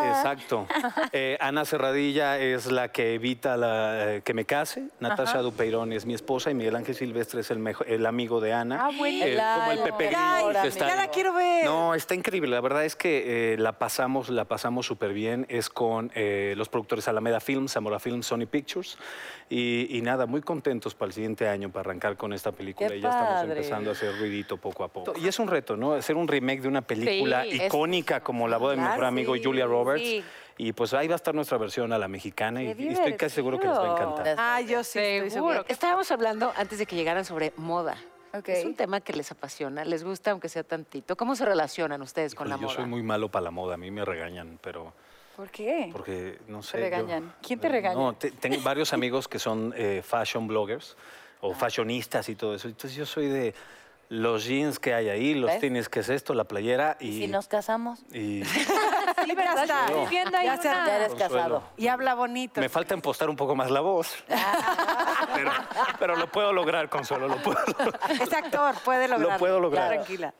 G: Exacto. Eh, Ana Cerradilla es la que evita la, eh, que me case. Natasha Dupeirón es mi esposa y Miguel Ángel Silvestre es el, mejo- el amigo de Ana.
A: Ah, bueno.
G: Eh, como el Pepe
C: Ay,
G: Grillo. que está
C: ya
G: en-
C: la quiero ver.
G: no, está increíble. La verdad es que eh, la pasamos, la pasamos súper bien. Es con eh, los productores Alameda Films, Zamora Films, Sony Pictures. Y, y nada, muy contentos para el siguiente año, para arrancar con esta película.
B: ¡Qué
G: y ya estamos
B: padre!
G: empezando a hacer ruidito poco a poco. Y es un reto, ¿no? Hacer un remake de una película
A: Sí, es-
G: icónica como La boda de mi mejor amigo, Julia Roberts.
F: Sí.
G: Y pues ahí va a estar nuestra versión a la mexicana y,
F: Qué
G: y estoy casi seguro que les va a
F: divertido.
G: encantar.
C: Ah, yo sí.
F: eh?
A: Seguro.
C: estoy segura.
A: que-
D: Eh, Estábamos hablando antes de que llegaran sobre moda.
F: Ok.
D: Es un tema que les apasiona, les gusta aunque sea tantito. ¿Cómo se relacionan ustedes con
G: Híjole,
D: la
G: yo
D: moda?
G: soy muy malo para la moda, a mí me regañan, pero
F: ¿Por qué?
G: porque no sé.
F: Te
G: yo-
F: regañan. ¿Quién te
G: eh,
F: regaña?
G: No, te- tengo varios amigos que son eh, fashion bloggers o fashionistas y todo eso. Entonces yo soy de los jeans que hay ahí, los
B: ¿Ves?
G: tenis que es esto, la playera y...
B: Si nos casamos,
G: y
F: Sí, ¿verdad?
C: ya está.
F: Estoy viendo ahí
C: Ya está.
F: una-
B: ya eres
G: Consuelo.
B: casado.
C: Y habla bonito.
G: me falta impostar un poco más la voz. pero, pero lo puedo lograr, Consuelo, lo puedo lograr.
C: Es Este actor, puede lograrlo.
G: puedo lograr.
C: Ya, Tranquila.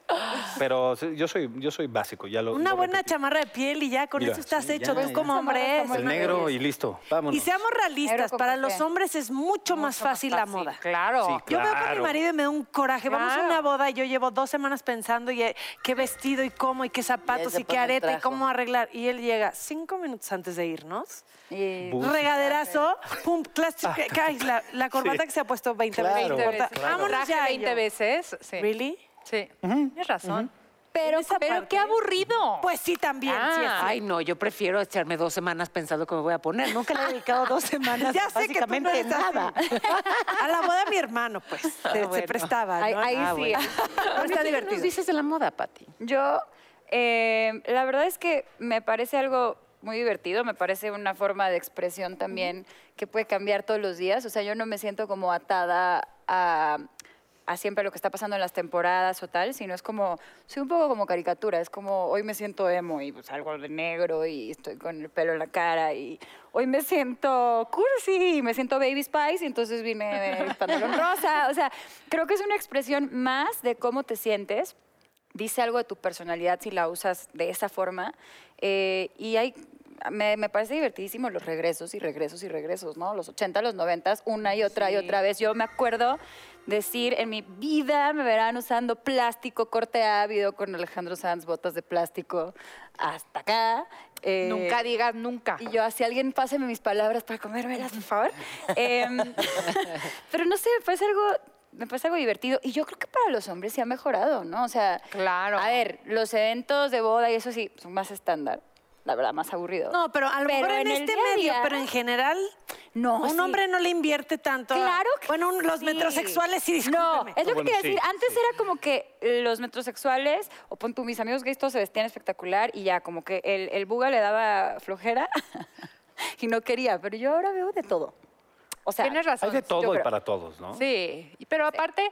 G: Pero sí, yo soy, yo soy básico, ya lo...
C: Una
G: lo
C: buena
G: repetí.
C: chamarra de piel y ya con
G: Mira,
C: eso estás
G: sí,
C: hecho.
G: ya,
C: Tú
G: ya.
C: como
F: Esa moda
C: hombre
F: está
C: es.
F: muy
G: El negro y listo, vámonos.
C: Y seamos
F: Negro
C: realistas,
F: con
C: para
F: café.
C: los hombres es mucho, más fácil la moda.
A: Claro.
G: Sí,
C: Yo veo que mi
G: claro.
C: marido y me da un coraje. Vamos a
A: Claro.
C: una boda y yo llevo dos semanas pensando y eh, qué vestido y cómo y qué zapatos
B: se
C: y,
B: pone
C: qué
B: el
C: areta y
B: trajo.
C: cómo arreglar. Y él llega cinco minutos antes de irnos.
F: Y-
G: Bu- Uf.
C: Regaderazo, pum, clásico, ay, la, la corbata
G: Sí.
C: que se ha puesto 20
G: Claro,
C: veces. no
A: 20
C: importa.
A: veces.
C: Vámonos
A: Traje
C: ya. y
A: 20
C: yo,
A: veces. Sí.
C: ¿Really?
A: Sí. Tienes razón.
F: Pero,
C: esa
A: Pero
C: parte-
A: qué aburrido.
C: Pues sí, también.
A: Ah,
C: sí, es cierto.
D: Ay, no, yo prefiero echarme dos semanas pensando que me voy a poner. Nunca le he dedicado dos semanas
C: ya sé que tú no
D: básicamente
C: eres así.
D: nada.
C: A la boda de mi hermano, pues, se, se
D: bueno.
C: prestaba.
F: ahí,
C: ¿no?
F: ahí
D: Ah,
F: sí.
D: bueno.
C: Pero está
D: ¿Qué nos
C: divertido.
D: dices de la moda, Pati?
F: Yo, eh, la verdad es que me parece algo muy divertido, me parece una forma de expresión también que puede cambiar todos los días. O sea, yo no me siento como atada a, a siempre lo que está pasando en las temporadas o tal, sino es como, soy un poco como caricatura, es como hoy me siento emo y pues algo de negro y estoy con el pelo en la cara y hoy me siento cursi y me siento baby spice y entonces vine de pantalón rosa. O sea, creo que es una expresión más de cómo te sientes dice algo de tu personalidad si la usas de esa forma. Eh, y hay, me, me parece divertidísimo los regresos y regresos y regresos, ¿no? Los 80, los 90, una y otra y otra vez. Yo me acuerdo decir, en mi vida me verán usando plástico, corte ávido con Alejandro Sanz, botas de plástico, hasta acá. Eh,
A: nunca digas nunca.
F: y yo, así alguien páseme mis palabras para comérmelas, por favor. Em, pero no sé, me parece algo, me parece algo divertido. Y yo creo que para los hombres sí ha mejorado, ¿no? O sea,
A: Claro.
F: A ver, los eventos de boda y eso sí son más estándar, la verdad, más aburrido.
C: No, pero a lo
F: Pero
C: mejor en,
F: en el
C: este
F: día a
C: medio,
F: día-
C: pero en general,
F: No,
C: un
F: sí.
C: hombre no le invierte tanto. a-
F: Claro que
C: Bueno, un- los
F: sí.
C: metrosexuales sí,
F: No,
C: discúlpeme.
F: es lo que
G: Ah, Bueno,
F: quería
G: sí,
F: decir. Antes era como que eh, los metrosexuales, o pon tú, mis amigos gays todos se vestían espectacular y ya, como que el, el buga le daba flojera y no quería. Pero yo ahora veo de todo. O sea,
A: Tienes razón.
G: Hay de
A: yo
G: todo y
A: creo.
G: para todos, ¿no?
A: Sí, y- pero aparte,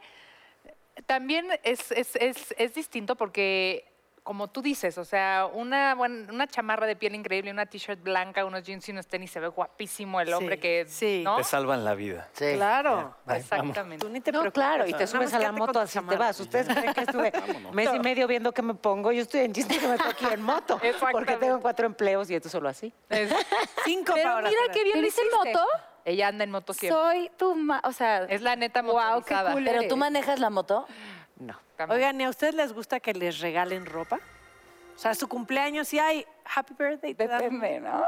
A: también es, es- es- es distinto porque, como tú dices, o sea, una, buen- una chamarra de piel increíble, una t-shirt blanca, unos jeans y unos tenis, se ve guapísimo el hombre
C: Sí,
A: que...
C: sí.
A: ¿no?
G: Te salvan la vida.
B: Sí.
C: Claro.
A: Exactamente.
C: Tú ni te
D: no,
C: preocupes.
D: claro, y te
C: Nada
D: subes
C: más
D: a la
C: quédate con
D: moto
C: tu
D: así te
C: chamarra.
D: vas. Ustedes creen que estuve mes y medio viendo qué me pongo. Yo estoy en chiste que me toqué en moto. Porque tengo
A: Exactamente.
D: cuatro empleos y esto solo así.
A: Es-
C: Cinco
A: pero
C: para ahora,
A: mira
C: Fran.
A: qué bien
F: ¿Pero
A: lo
F: hice en
A: hiciste.
F: moto?
A: Ella anda en moto siempre.
F: soy tu ma- O sea,
A: Es la neta
F: Guau, qué
A: motorizada.
F: cool
B: ¿Pero
F: eres.
B: tú manejas la moto?
D: No.
A: También.
C: Oigan, ¿y a ustedes les gusta que les regalen ropa? O sea, su cumpleaños y hay happy birthday. te dan-
F: Depende, ¿no?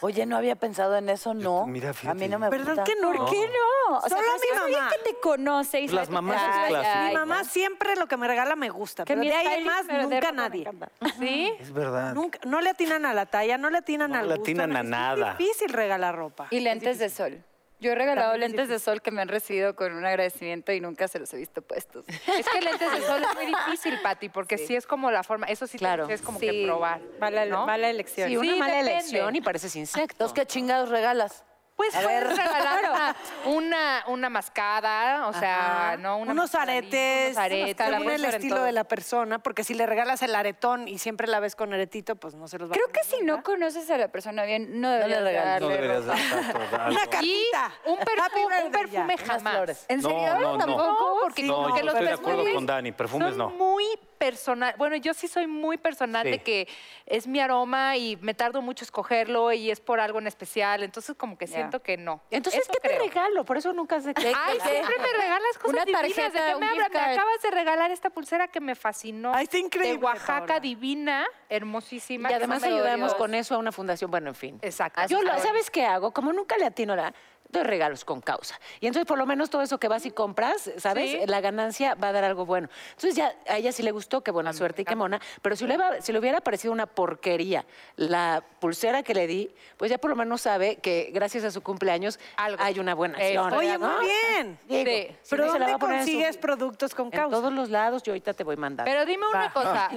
B: Oye, no había pensado en eso, no.
G: mira,
B: a
G: fíjate.
B: mí no me gusta.
C: ¿Verdad que no?
F: ¿Por qué no? O sea,
C: Solo
F: pero si
C: mi
F: es alguien
C: mamá.
F: que te conoce y
G: Las
F: sabe tu
G: mamás es
F: talla,
G: clásico.
C: Mi
F: y-
C: mamá siempre lo que me regala me gusta, pero
F: mi
C: de ahí en
F: stylist
C: más
F: me lo
C: nunca
F: derropa, me
C: nadie.
F: encanta.
A: ¿Sí?
G: Es verdad.
C: Nunca, no le atinan a la talla, no le atinan
G: No
C: al
G: le
C: gusto,
G: atinan
C: no-
G: a
C: es muy
G: nada.
C: difícil regalar ropa.
F: Y lentes de sol. Yo he regalado lentes de sol que me han recibido con un agradecimiento y nunca se los he visto puestos.
A: Es que lentes de sol es muy difícil, Pati, porque sí, es como la forma, eso sí
D: Claro.
A: claro. es como
F: Sí,
A: que probar.
F: Mala,
A: ¿no?
F: mala elección.
D: Sí, una
A: Sí,
D: mala
A: depende.
D: elección y pareces
C: Ah,
D: insecto.
B: Entonces, ¿qué chingados regalas?
A: Pues puedes regalar una, una, una mascada, o sea,
C: Ajá.
A: ¿no? Una
C: unos
A: mascarilla,
C: aretes,
A: Unos aretes.
C: según
A: la
C: el
A: mujer en
C: estilo
A: todo.
C: de la persona, porque si le regalas el aretón y siempre la ves con aretito, pues no se los va
F: Creo
C: a
F: que
C: poner
F: si no conoces a la persona bien, no deberías
B: regalas.
G: No
F: regalarle
G: deberías
F: ropa.
G: dar tanto, dar
C: Una
G: algo.
C: ca-
A: Y
C: Tita.
A: un
C: Happy
A: perfume,
C: birthday,
A: un perfume
C: ya.
A: jamás.
F: ¿En
G: No,
F: serio?
G: no, no.
F: ¿Tampoco?
A: porque,
G: No,
A: porque
G: yo
A: los
G: estoy de
A: perfumes
G: acuerdo con Dani, perfumes
A: son
G: no.
A: muy personal. Bueno, yo sí soy muy personal
G: Sí.
A: de que es mi aroma y me tardo mucho escogerlo y es por algo en especial. Entonces, como que
F: Ya.
A: siento que no.
D: Entonces,
A: Eso
D: ¿qué te
A: creo.
D: regalo? Por eso nunca sé qué.
A: Ay, siempre me regalas cosas
F: Una
A: divinas.
F: tarjeta,
A: ¿De qué
F: un
A: me
F: gift
A: hablas? Me
F: card.
A: acabas de regalar esta pulsera que me fascinó.
C: Ay, está increíble,
A: De Oaxaca,
C: Paola.
A: divina, hermosísima.
D: Y
A: que
D: además
A: son de
D: ayudamos
A: Dios.
D: con eso a una fundación. Bueno, en fin.
A: Exacto.
D: Yo, lo-
A: Así-
D: ¿sabes qué hago? Como nunca le atino, la, doy regalos con causa. Y entonces por lo menos todo eso que vas y compras, ¿sabes? La ganancia va a dar algo bueno. Entonces ya a ella sí le gustó, qué buena suerte y qué mona, pero si le, va- si le hubiera parecido una porquería la pulsera que le di, pues ya por lo menos sabe que gracias a su cumpleaños
A: Algo.
D: hay una buena
A: Eso.
D: acción.
C: Oye,
D: ¿no?
C: muy bien.
D: Digo,
A: Sí.
D: si
C: ¿Pero
D: no se la
C: dónde
D: va a poner en su-
C: consigues productos con
D: En
C: causa?
D: todos los lados, yo ahorita te voy mandando.
A: Pero dime una cosa,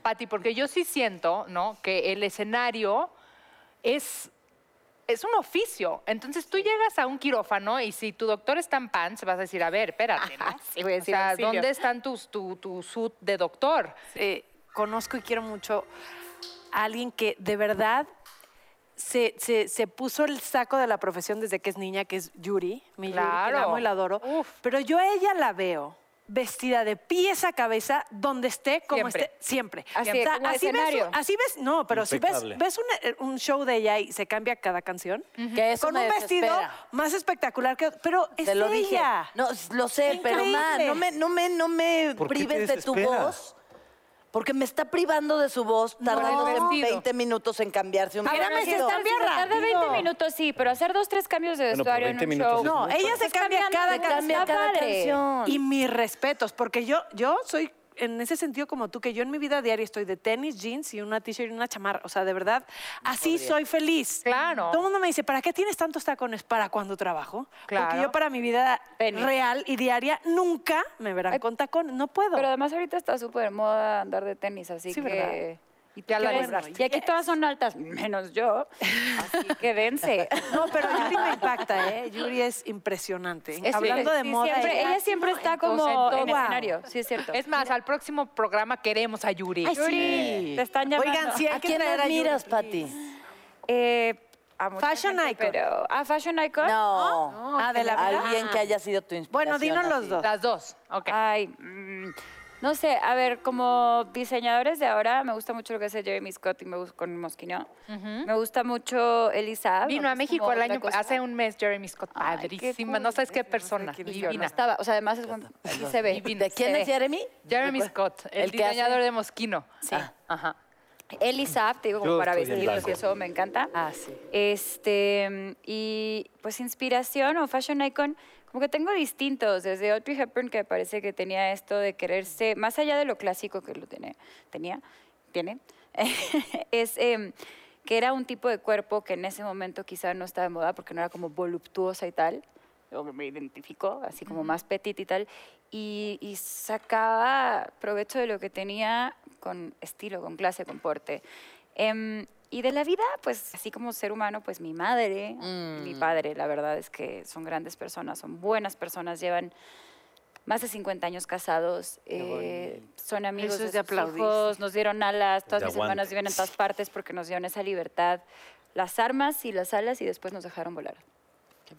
A: Pati, porque yo sí siento, ¿no? Que el escenario es, es un oficio. Entonces tú llegas a un quirófano y si tu doctor está en pants, vas a decir, a ver, espérate, ¿no?
F: Sí, voy a decir,
A: o sea,
F: auxilio.
A: ¿dónde están tus, tu, tu suit de doctor?
C: eh, conozco y quiero mucho a alguien que de verdad se, se- se puso el saco de la profesión desde que es niña, que es Yuri, mi Yuri, que la
A: Claro.
C: amo y la adoro.
A: Uf.
C: Pero yo a ella la veo vestida de pies a cabeza, donde esté, como
A: Siempre.
C: esté, siempre.
F: Así, como
C: así
F: escenario.
C: Ves, un- así ves, no, pero
G: Impecable.
C: si ves, ves un, un show de ella y se cambia cada canción,
B: Que eso
C: con
B: me
C: un vestido
B: desespera.
C: más espectacular que otro, pero es
B: Te lo dije.
C: ella.
B: No, s- lo sé, pero ma,
C: Increíble.
B: no me, no me, no me
G: ¿Por qué te
B: prives de tu
G: desesperas?
B: voz. Porque me está privando de su voz, tardándose
A: el vestido.
B: 20 minutos en cambiarse un
F: Espérame, si
B: vestido.
F: estar- si se tarda 20 minutos, sí, pero hacer dos, tres cambios de
G: Bueno, pero
F: vestuario
G: 20
F: en un
G: minutos
F: show.
G: es No, mucho.
C: ella se
F: Estás
C: cambia
F: cambiando
C: cada
F: de
C: canción.
F: canción.
B: Cambia
F: Está
B: cada
F: padre.
B: canción.
C: Y mis respetos, porque yo, yo soy en ese sentido como tú, que yo en mi vida diaria estoy de tenis, jeans y una t-shirt y una chamarra. O sea, de verdad, así soy feliz.
A: Claro.
C: Todo el mundo me dice, ¿para qué tienes tantos tacones? ¿Para cuando trabajo?
A: Claro.
C: Porque yo para mi vida
F: Tenis.
C: real y diaria nunca me verán
F: Ay,
C: con tacones. No puedo.
F: Pero además ahorita está súper moda andar de tenis, así
C: Sí,
F: que...
C: ¿verdad?
F: Y,
A: Ya la
F: ¿qué ves?
A: libraste.
F: y aquí todas son altas, menos yo. Así que dense.
C: No, pero Yuri me impacta, ¿eh? Yuri es impresionante.
F: Es-
C: Hablando de
F: sí,
C: moda.
F: siempre- ella, siempre está como
A: en todo.
F: en escenario. Sí, es cierto.
A: Es más, al próximo programa queremos a Yuri.
F: Yuri, te están llamando.
C: Oigan, sí hay
B: ¿A
C: que
B: quién
C: traer a Yuri.
B: admiras, Pati?
F: Eh, a mucha
C: Fashion
F: gente,
C: icon.
F: Pero, ah, Fashion Icon.
B: No.
C: Ah, de la vida.
B: Alguien que haya sido tu inspiración.
C: Bueno, dinos los
B: así.
C: dos.
A: Las dos, ok.
F: Ay, mm, no sé, a ver, como diseñadores de ahora, me gusta mucho lo que hace Jeremy Scott y me gusta con Mosquino. Me gusta mucho Elisa.
A: Vino a
F: aunque es
A: México
F: como
A: el
F: otra
A: año,
F: cosa.
A: hace un mes Jeremy Scott,
F: Ay,
A: padrísima,
F: qué cool.
A: no sabes qué persona,
F: Y no
A: divina.
F: estaba, o sea, además es buen, sí se ve.
B: ¿De quién es Jeremy?
A: Jeremy Scott, el,
B: ¿El que hace?
A: diseñador de Mosquino. Sí. Ajá.
F: Elisa, te digo, como
G: Yo
F: para
G: estoy en
F: vestirlos
G: blanco.
F: y eso me encanta.
B: Ah, sí.
F: Este, y pues inspiración o fashion icon, como que tengo distintos, desde Audrey Hepburn que parece que tenía esto de quererse, más allá de lo clásico que lo tiene, tenía, tiene, es em, que era un tipo de cuerpo que en ese momento quizá no estaba de moda porque no era como voluptuosa y tal, o me identificó, así como más petit y tal, y, y sacaba provecho de lo que tenía con estilo, con clase, con porte. Em, y de la vida, pues así como ser humano, pues mi madre, y
C: Mm.
F: mi padre, la verdad es que son grandes personas, son buenas personas, llevan más de 50 años casados, eh, son amigos
C: Eso es
F: de
C: de
F: sus
C: aplaudir.
F: hijos, nos dieron alas, todas
G: De
F: mis
G: aguante.
F: hermanas viven en todas partes porque nos dieron esa libertad, las armas y las alas y después nos dejaron volar.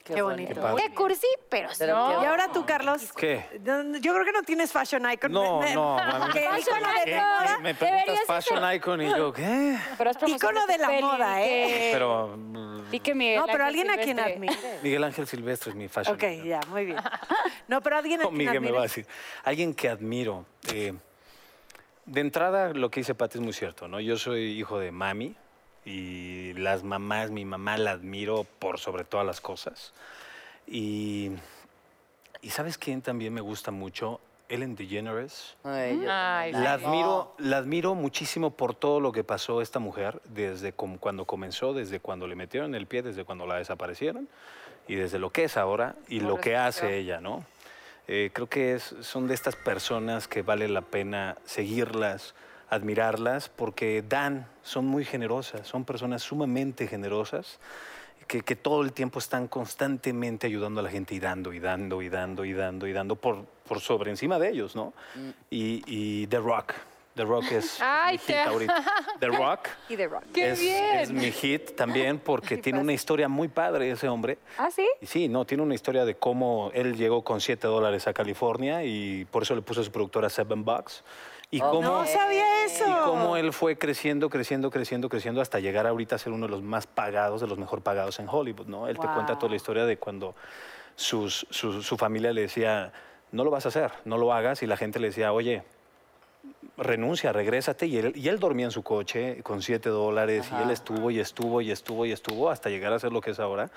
C: Qué bonito.
G: Qué padre.
F: Qué cursi, pero sí.
C: Y ahora tú, Carlos.
G: ¿Qué?
C: No, no, Yo creo que no tienes fashion icon.
G: No,
C: Me- me-
G: no, mami.
C: que
G: ¿Qué?
C: ícono de
G: ¿Qué?
C: moda. ¿eh?
G: Me
F: Deberías
G: preguntas fashion icon y yo, ¿qué?
F: Pero has promocionado
C: Ícono
F: tu
C: de la
F: peli,
C: moda, ¿eh?
F: que-
G: Pero mm,
F: Y que Miguel
C: No, pero
F: Ángel
C: alguien a quien
F: Silvestre-
C: admires.
G: Miguel Ángel Silvestre es mi fashion
C: ok,
G: icon.
C: ya, muy bien. No, pero alguien a
G: No,
C: quien
G: Oh, Miguel me va a
C: admires.
G: decir. Alguien que admiro. eh, de entrada, lo que dice Pati es muy cierto, ¿no? Yo soy hijo de mami y las mamás, mi mamá la admiro por sobre todas las cosas. Y, y ¿sabes quién también me gusta mucho? Ellen DeGeneres.
B: Ay, yo-
A: Ay,
G: La admiro, la admiro muchísimo por todo lo que pasó esta mujer desde com- cuando comenzó, desde cuando le metieron el pie, desde cuando la desaparecieron y desde lo que es ahora y lo que hace ella, ¿no? Eh, creo que es- son de estas personas que vale la pena seguirlas, admirarlas, porque dan, son muy generosas, son personas sumamente generosas, que, que todo el tiempo están constantemente ayudando a la gente y dando, y dando, y dando, y dando, y dando por, por sobre encima de ellos, ¿no? Y, y The Rock. The Rock es
A: Ay,
G: mi hit
A: qué-
G: ahorita. The Rock
F: y The Rock.
A: ¡Qué
G: es,
A: bien!
G: es mi hit también porque tiene una historia muy padre ese hombre.
F: ¿Ah, sí?
G: Y sí, no, tiene una historia de cómo él llegó con 7 dólares a California y por eso le puso a su productora Seven Bucks. Y cómo,
C: No sabía eso.
G: y cómo él fue creciendo, creciendo, creciendo, creciendo hasta llegar ahorita a ser uno de los más pagados, de los mejor pagados en Hollywood, ¿no? Él te cuenta toda la historia de cuando sus- su, su familia le decía, no lo vas a hacer, no lo hagas, y la gente le decía, oye, renuncia, regrésate. Y él, y él dormía en su coche con 7 dólares y él estuvo y estuvo y estuvo y estuvo hasta llegar a ser lo que es ahora.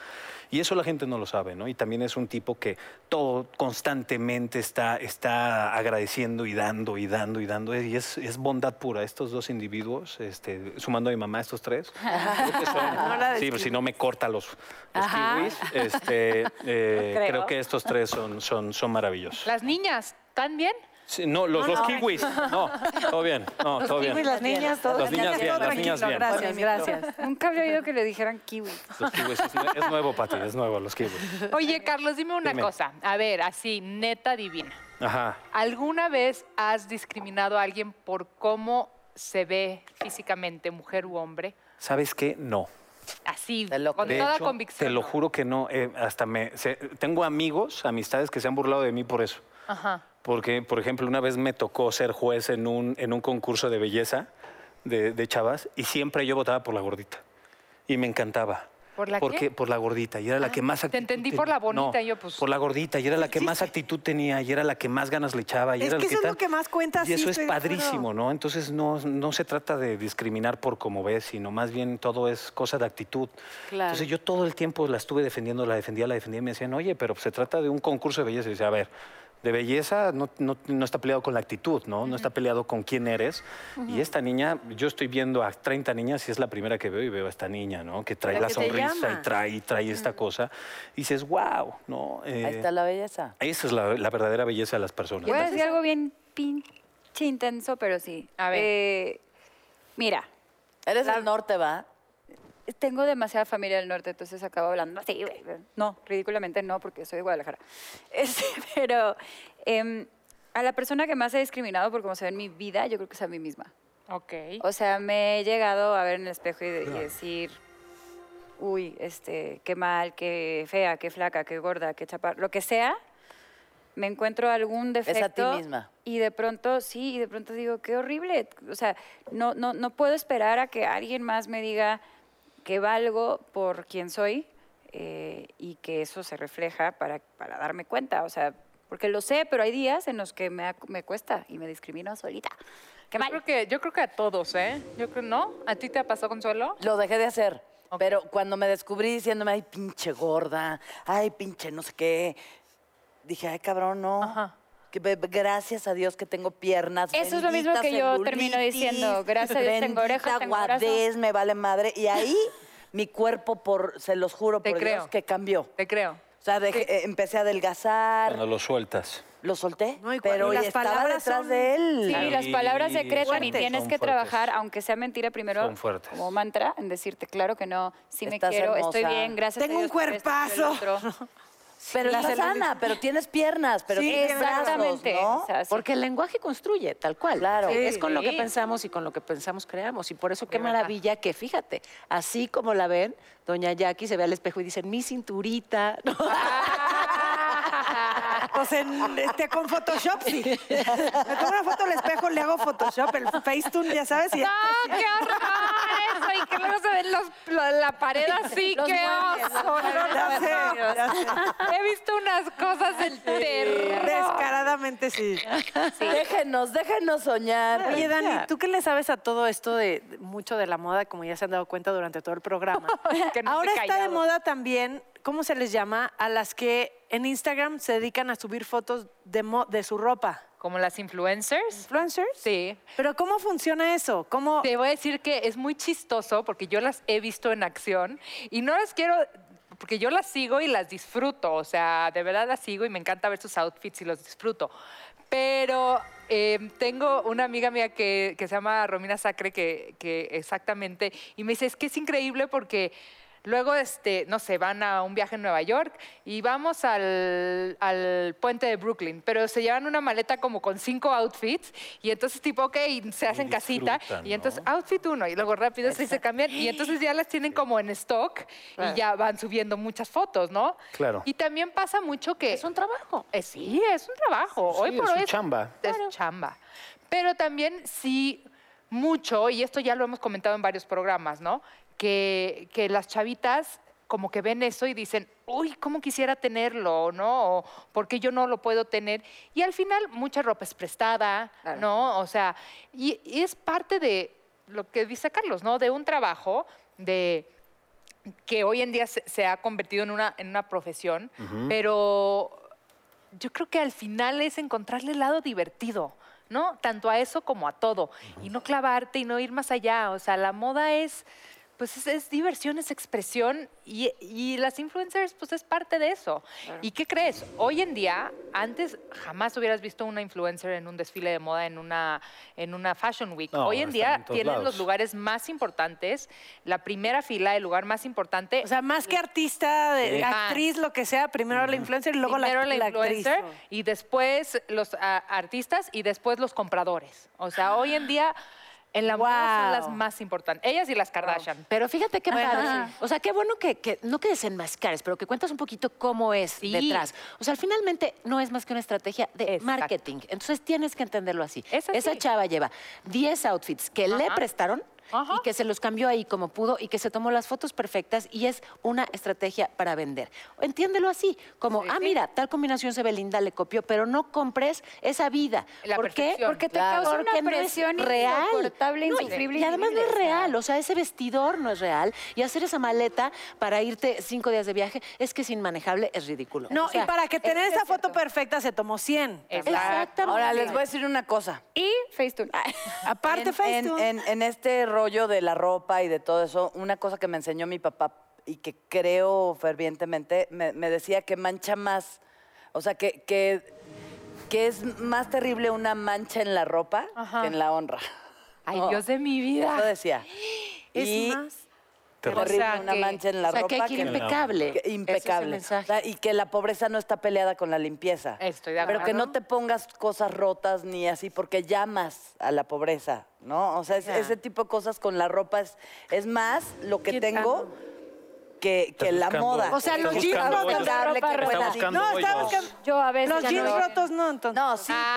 G: Y eso la gente no lo sabe, ¿no? Y también es un tipo que todo constantemente está, está agradeciendo y dando y dando y dando. Y es, es bondad pura. Estos dos individuos, este, sumando a mi mamá, estos tres. creo que son- sí, pues, si no me corta los, los kiwis. Este, eh, creo. que estos tres son, son, son maravillosos.
A: Las niñas, ¿tan bien?
G: Sí, no, los dos kiwis. No, todo bien. No, todo bien.
D: Y las niñas, todas.
G: Las niñas bien, las niñas bien.
C: Gracias, gracias.
F: Nunca había oído que le dijeran kiwi.
G: Los kiwis, es, nue- es nuevo, Pati, es nuevo, los kiwis.
A: Oye, Carlos, dime una
G: Dime.
A: cosa. A ver, así, neta divina.
G: Ajá.
A: ¿Alguna vez has discriminado a alguien por cómo se ve físicamente, mujer u hombre?
G: ¿Sabes qué? No.
A: Así,
B: Te lo
A: con
G: De
A: toda
G: hecho,
A: convicción.
G: Te lo juro que no. eh, hasta me. se- tengo amigos, amistades que se han burlado de mí por eso.
A: Ajá.
G: Porque, por ejemplo, una vez me tocó ser juez en un, en un concurso de belleza de, de chavas y siempre yo votaba por la gordita. Y me encantaba.
A: ¿Por la
G: porque,
A: qué? Ah,
G: Por la gordita. Y era la que más
A: te
G: actitud
A: entendí
G: tenía.
A: por la bonita,
G: No,
A: yo, pues,
G: Por la gordita. Y era la que más actitud tenía. Y era la que más ganas le echaba. Y
C: Es
G: era
C: que
G: el que
C: eso es
G: tal.
C: lo que más cuenta,
G: Y
C: sí,
G: eso es
C: estoy de acuerdo.
G: padrísimo, ¿no? Entonces no, no se trata de discriminar por cómo ves, sino más bien todo es cosa de actitud.
E: Claro.
G: Entonces yo todo el tiempo la estuve defendiendo, la defendía, la defendía y me decían, oye, pero pues, se trata de un concurso de belleza. Y dice, a ver, de belleza no, no- no está peleado con la actitud, ¿no? No está peleado con quién eres. Y esta niña, yo estoy viendo a 30 niñas y es la primera que veo y veo a esta niña, ¿no? Que trae
E: La
G: la,
E: que te
G: sonrisa
E: llama.
G: y trae, y trae esta cosa. Y dices, wow, ¿no? Eh,
B: Ahí está la belleza.
G: Esa es la, la verdadera belleza de las personas.
F: Voy a decir algo bien pinche intenso, pero sí.
A: A ver.
F: Eh, mira,
B: Eres del norte, ¿va?
F: tengo demasiada familia del norte, entonces acabo hablando así. güey, güey. No, ridículamente no, porque soy de Guadalajara. Este, pero em, a la persona que más he discriminado por cómo se ve en mi vida, yo creo que es a mí misma.
A: Ok.
F: O sea, me he llegado a ver en el espejo y, de- y decir, uy, este, qué mal, qué fea, qué flaca, qué gorda, qué chapa, lo que sea. Me encuentro algún
B: ti
F: defecto.
B: misma.
F: Y de pronto, sí, y de pronto digo, qué horrible. O sea, no, no, no puedo esperar a que alguien más me diga que valgo por quien soy eh, y que eso se refleja para, para darme cuenta. O sea, porque lo sé, pero hay días en los que me, ac- me cuesta y me discrimino solita.
A: Yo
F: Qué mal.
A: creo, que, yo creo que a todos, ¿eh? Yo creo, ¿no? ¿A ti te ha pasado, Consuelo?
B: Lo dejé de hacer.
A: Ok.
B: Pero cuando me descubrí diciéndome, ay, pinche gorda, ay, pinche no sé qué, dije, ay, cabrón, no.
A: Ajá.
B: Que be- gracias a Dios que tengo piernas.
F: Eso es lo mismo
B: bendita
F: que yo termino
B: celulitis,
F: diciendo, gracias a Dios tengo orejas,
B: bendita
F: tengo brazos.
B: guadez, me vale madre. Y ahí mi cuerpo, por, se los juro
A: Te
B: por
A: creo.
B: Dios, que cambió.
A: Te creo.
B: O sea, dejé- eh, empecé a
G: Cuando
B: adelgazar,
G: lo sueltas.
B: lo solté,
C: No, y cu-
B: pero
C: y las
B: estaba
C: palabras
B: detrás
C: son-
B: de él.
F: Sí, las palabras secretan y
G: Fuertes.
F: tienes
G: Son
F: que
G: fuertes.
F: trabajar, aunque sea mentira primero,
G: Son fuertes.
F: como mantra, en decirte, claro que no, sí me
B: Estás
F: quiero, estoy
B: hermosa.
F: bien, gracias
C: Tengo un
F: a Dios por esto, por el
C: cuerpazo.
F: otro.
B: Pero estás sana, pero tienes piernas, pero
C: Sí,
B: tienes
F: Exactamente.
B: brazos, ¿no?
F: o sea, sí.
D: Porque el lenguaje construye, tal cual.
B: Claro.
D: Sí, Es con lo que
A: Sí.
D: pensamos y con lo que pensamos creamos. Y por eso qué
A: De verdad.
D: maravilla que, fíjate, así como la ven, doña Jackie se ve al espejo y dice, mi cinturita. ¿no?
C: Pues en, este, con Photoshop, sí. Me tomo una foto al espejo, le hago Photoshop, el Facetune, ya sabes. Y,
A: ¡No, qué horror eso! Y que luego se ven los, la, la pared así,
F: Los
A: qué
F: muebles,
A: oso.
C: ya sé, ya sé.
A: He visto unas cosas del terror.
C: Descaradamente sí.
B: Déjenos, déjenos soñar.
E: Oye, Dani, ¿tú qué le sabes a todo esto de de- mucho de la moda, como ya se han dado cuenta durante todo el programa?
A: Que no
E: Ahora
A: esté
E: está de
A: callado.
E: moda también, ¿cómo se les llama? A las que en Instagram se dedican a subir fotos de, mo- de su ropa.
A: Como las influencers.
E: ¿Influencers?
A: Sí.
E: Pero ¿cómo funciona eso? ¿Cómo?
A: Te voy a decir que es muy chistoso porque yo las he visto en acción y no las quiero porque yo las sigo y las disfruto, o sea, de verdad las sigo y me encanta ver sus outfits y los disfruto. Pero eh, tengo una amiga mía que, que se llama Romina Sacre, que, que exactamente, y me dice, es que es increíble porque luego, este, no sé, van a un viaje en Nueva York y vamos al, al puente de Brooklyn, pero se llevan una maleta como con cinco outfits y entonces tipo, ok, se hacen casita
G: disfrutan,
A: y entonces
G: ¿no?
A: outfit uno y luego rápido sí se cambian y entonces ya las tienen como en stock y ya van subiendo muchas fotos, ¿no?
G: Claro.
A: Y también pasa mucho que...
D: es un trabajo.
A: Eh, sí, es un trabajo.
G: Sí,
A: hoy por
G: es
A: hoy
G: su chamba.
A: Es chamba. Pero también sí mucho, y esto ya lo hemos comentado en varios programas, ¿no? Que, que las chavitas como que ven eso y dicen, uy, ¿cómo quisiera tenerlo? ¿No? O, ¿Por qué yo no lo puedo tener? Y al final mucha ropa es prestada,
F: Claro.
A: ¿no? O sea, y, y es parte de lo que dice Carlos, ¿no? De un trabajo de que hoy en día se, se ha convertido en una, en una profesión, pero yo creo que al final es encontrarle el lado divertido, ¿no? Tanto a eso como a todo. Y no clavarte y no ir más allá. O sea, la moda es, pues es, es diversión, es expresión y, y las influencers, pues es parte de eso. ¿Y qué crees? Hoy en día, antes jamás hubieras visto una influencer en un desfile de moda, en una, en una Fashion Week.
G: No,
A: Hoy en
G: están
A: día
G: en todos
A: tienen
G: lados.
A: los lugares más importantes, la primera fila, el lugar más importante.
C: O sea, más que artista, de-
G: Sí.
C: actriz, lo que sea, primero la influencer y luego la-
A: Primero
C: la,
A: la,
C: actriz.
A: influencer y después los ah, artistas y después los compradores. O sea, hoy en día en la moda son las
C: Guau.
A: más importantes. Ellas y las Kardashian.
D: Pero fíjate qué
F: Ajá.
D: padre. O sea, qué bueno que, que- no que desenmascares, pero que cuentas un poquito cómo es
A: Sí.
D: detrás. O sea, finalmente no es más que una estrategia de
A: Exacto.
D: marketing. Entonces tienes que entenderlo así.
A: Es así.
D: Esa chava lleva 10 outfits que le
A: Ajá.
D: prestaron.
A: Ajá.
D: Y que se los cambió ahí como pudo y que se tomó las fotos perfectas y es una estrategia para vender. Entiéndelo así, como, ah, mira, tal combinación se ve linda, le copió, pero no compres esa vida.
A: La
D: ¿Por qué?
A: perfección,
D: Porque te
A: claro.
D: causa
F: Porque
D: una
F: no es
D: presión
F: real. No, y-
D: y además no es real, o sea, ese vestidor no es real. Y hacer esa maleta para irte cinco días de viaje es que es inmanejable, es ridículo.
C: No,
D: O sea,
C: y para que tener esa foto perfecta se tomó 100.
D: Exactamente.
B: Ahora, les voy a decir una cosa.
F: Y Ah, Facetune.
C: Aparte,
B: en,
C: Facebook.
B: en- en- en este rollo de la ropa y de todo eso, una cosa que me enseñó mi papá y que creo fervientemente, me, me decía que mancha más, o sea, que, que, que es más terrible una mancha en la ropa
A: Ajá.
B: que en la honra.
A: Ay,
B: No,
A: Dios Oh. de mi
B: Eso
A: vida.
B: decía.
C: Es
B: y
C: más.
B: qué
A: o
B: horrible
A: sea,
B: una
A: que-
B: mancha en la
D: o sea, que
B: ropa
D: hay que ir
B: en la-
D: impecable.
B: que-
D: Ese es el
B: impecable. O sea,
D: mensaje.
B: y que la pobreza no está peleada con la limpieza.
A: Estoy de
B: Pero que
A: acuerdo.
B: no te pongas cosas rotas ni así, porque llamas a la pobreza, ¿no? O sea, es- ese tipo de cosas con la ropa es, es más lo que tengo que, que
G: Estás
B: la
G: buscando-
B: moda.
C: O sea,
G: Estás
C: los jeans
G: buscando
C: rotos,
B: hoyos.
C: la
B: Impecable,
F: ropa
B: que
F: rota.
B: pueda-
G: Estás buscando
C: No, está
G: hoyos.
C: buscando-
F: Yo a veces
C: Los
F: ya
C: jeans
F: no-
C: rotos no, entonces.
B: No, sí,
D: Ah.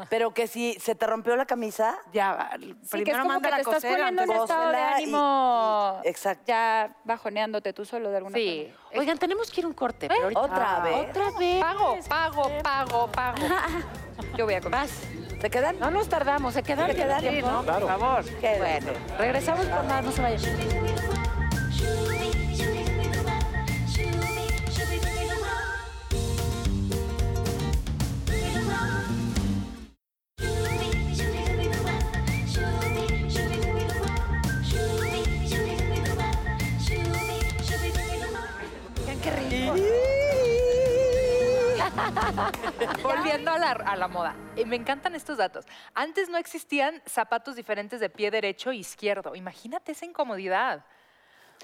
B: pero, pero que si se te rompió la camisa,
C: Ya, va,
F: Sí, que es
C: primero
F: como que
C: manda
F: te
C: la
F: estás
C: cosera.
F: poniendo en
B: antes-
F: estado de
B: Cósela y-
F: ánimo.
B: y- exacto.
F: Ya bajoneándote tú solo de alguna forma.
A: Sí.
D: Oigan, tenemos que ir a un corte. pero ahorita- Ah,
B: ¿Otra vez?
D: Otra vez.
A: Pago, pago, pago, pago.
F: Yo voy a comer.
B: ¿te quedan?
D: No nos tardamos, se quedan.
B: ¿Te quedan? ¿no?
G: Claro.
B: ¿Qué?
D: Bueno, regresamos con más, no se vayan.
A: Volviendo a la, a la moda, eh, me encantan estos datos. Antes no existían zapatos diferentes de pie derecho e izquierdo. Imagínate esa incomodidad.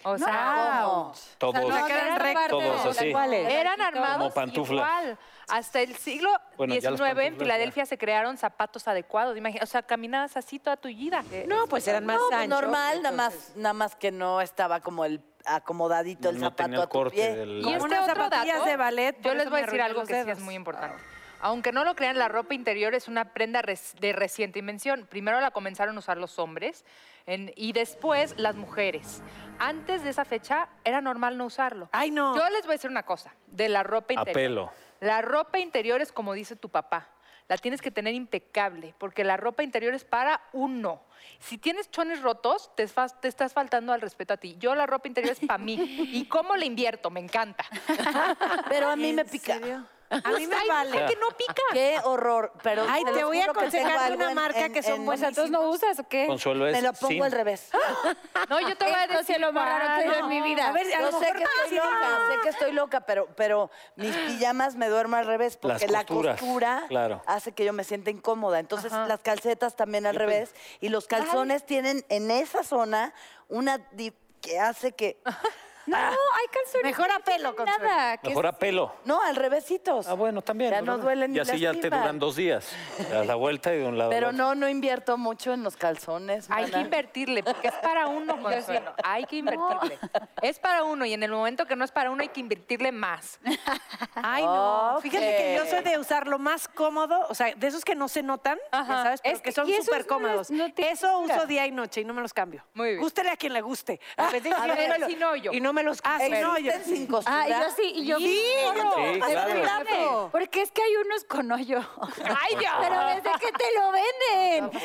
A: O sea,
B: ¿Cómo?
G: Todos.
F: No, que eran rectos.
G: Todos así.
D: ¿Cuáles?
A: eran armados
G: Como pantuflas.
A: igual. Hasta el siglo
G: Bueno, ya las
A: XIX en
G: pantuflas
A: Filadelfia se crearon zapatos adecuados. Imagina, o sea, caminabas así toda tullida.
D: No, pues eran más
B: No, pues
D: anchos,
B: normal, nada
D: entonces-
B: más, nada más que no estaba como el acomodadito el
G: No
B: zapato
G: tenía el
B: a tu
G: corte
B: pie.
G: del-
A: Y
G: Como
A: este
C: unas
A: otro
C: zapatillas
A: dato,
C: de ballet, por
A: yo les
C: eso
A: voy a
C: me
A: decir
C: arruiné
A: algo
C: los
A: que sí es
C: dedos.
A: muy importante. Aunque no lo crean, la ropa interior es una prenda res- de reciente invención. Primero la comenzaron a usar los hombres en- y después las mujeres. Antes de esa fecha era normal no usarlo.
C: Ay, no.
A: Yo les voy a decir una cosa de la ropa
G: A
A: interior.
G: pelo.
A: La ropa interior es como dice tu papá. La tienes que tener impecable, porque la ropa interior es para uno. Si tienes chones rotos, te, fa- te estás faltando al respeto a ti. Yo la ropa interior es para mí. ¿Y cómo le invierto? Me encanta.
B: Pero a mí me pica.
C: A mí me
A: Ay,
C: vale.
A: que no pica.
B: Qué horror. Pero
C: Ay,
B: los
C: te voy a
B: juro que tengo
C: aconsejar de
B: algo
C: una
B: en-
C: marca
B: en-
C: que son
B: en- pues,
F: O sea, ¿tú no usas o qué?
G: Consuelo es
B: Me lo pongo
G: sin-
B: al revés.
A: No, yo te voy a
F: Esto sí
A: decir
F: lo más raro que yo en mi vida.
C: A ver, a
B: Yo
C: lo
B: sé
C: mejor
B: que estoy
C: no.
B: loca, sé que estoy loca, pero, pero mis pijamas me duermo al revés porque
G: Las
B: la
G: costuras,
B: costura
G: claro.
B: hace que yo me sienta incómoda. Entonces las calcetas también al revés y los calzones tienen en esa zona una di- que hace que
F: No, hay calzones.
C: Mejor
F: que no
C: a pelo,
F: tienen Nada. que
G: Mejor
F: es-
G: a pelo.
B: no al revésitos.
G: Ah, bueno, también.
B: Ya
G: bueno.
B: no duelen ni
G: Y así ya te
B: lastiman.
G: duran dos días. A la vuelta y de un lado.
B: Pero
G: al otro.
B: no no invierto mucho en los calzones.
A: Hay que
B: mana.
A: invertirle, porque es para uno, Consuelo. Hay que invertirle. Es para uno, y en el momento que no es para uno, hay que invertirle más.
C: Ay,
A: Ah,
C: no.
F: Oh.
B: Ok.
C: Fíjate que yo soy de usar lo más cómodo, o sea, de esos que no se notan, ya
A: Ajá.
C: ¿sabes? Pero
F: Es
C: que
F: que-
C: son
F: y esos
C: súper
F: no los-
C: cómodos.
F: no tienen
C: Eso
F: costura.
C: uso día y noche y no me los cambio.
A: Muy bien.
C: Gústele a quien le guste.
A: A ver, si no, yo.
C: Y no
D: me los
C: Ah, sí, no, yo.
B: Sin costura.
F: Ah, y yo así, y yo.
C: Sí,
F: claro.
G: Sí, claro.
C: Claro.
F: Porque es que hay unos con hoyo.
A: ¡Ay, Dios!
F: Pero desde que te lo venden. o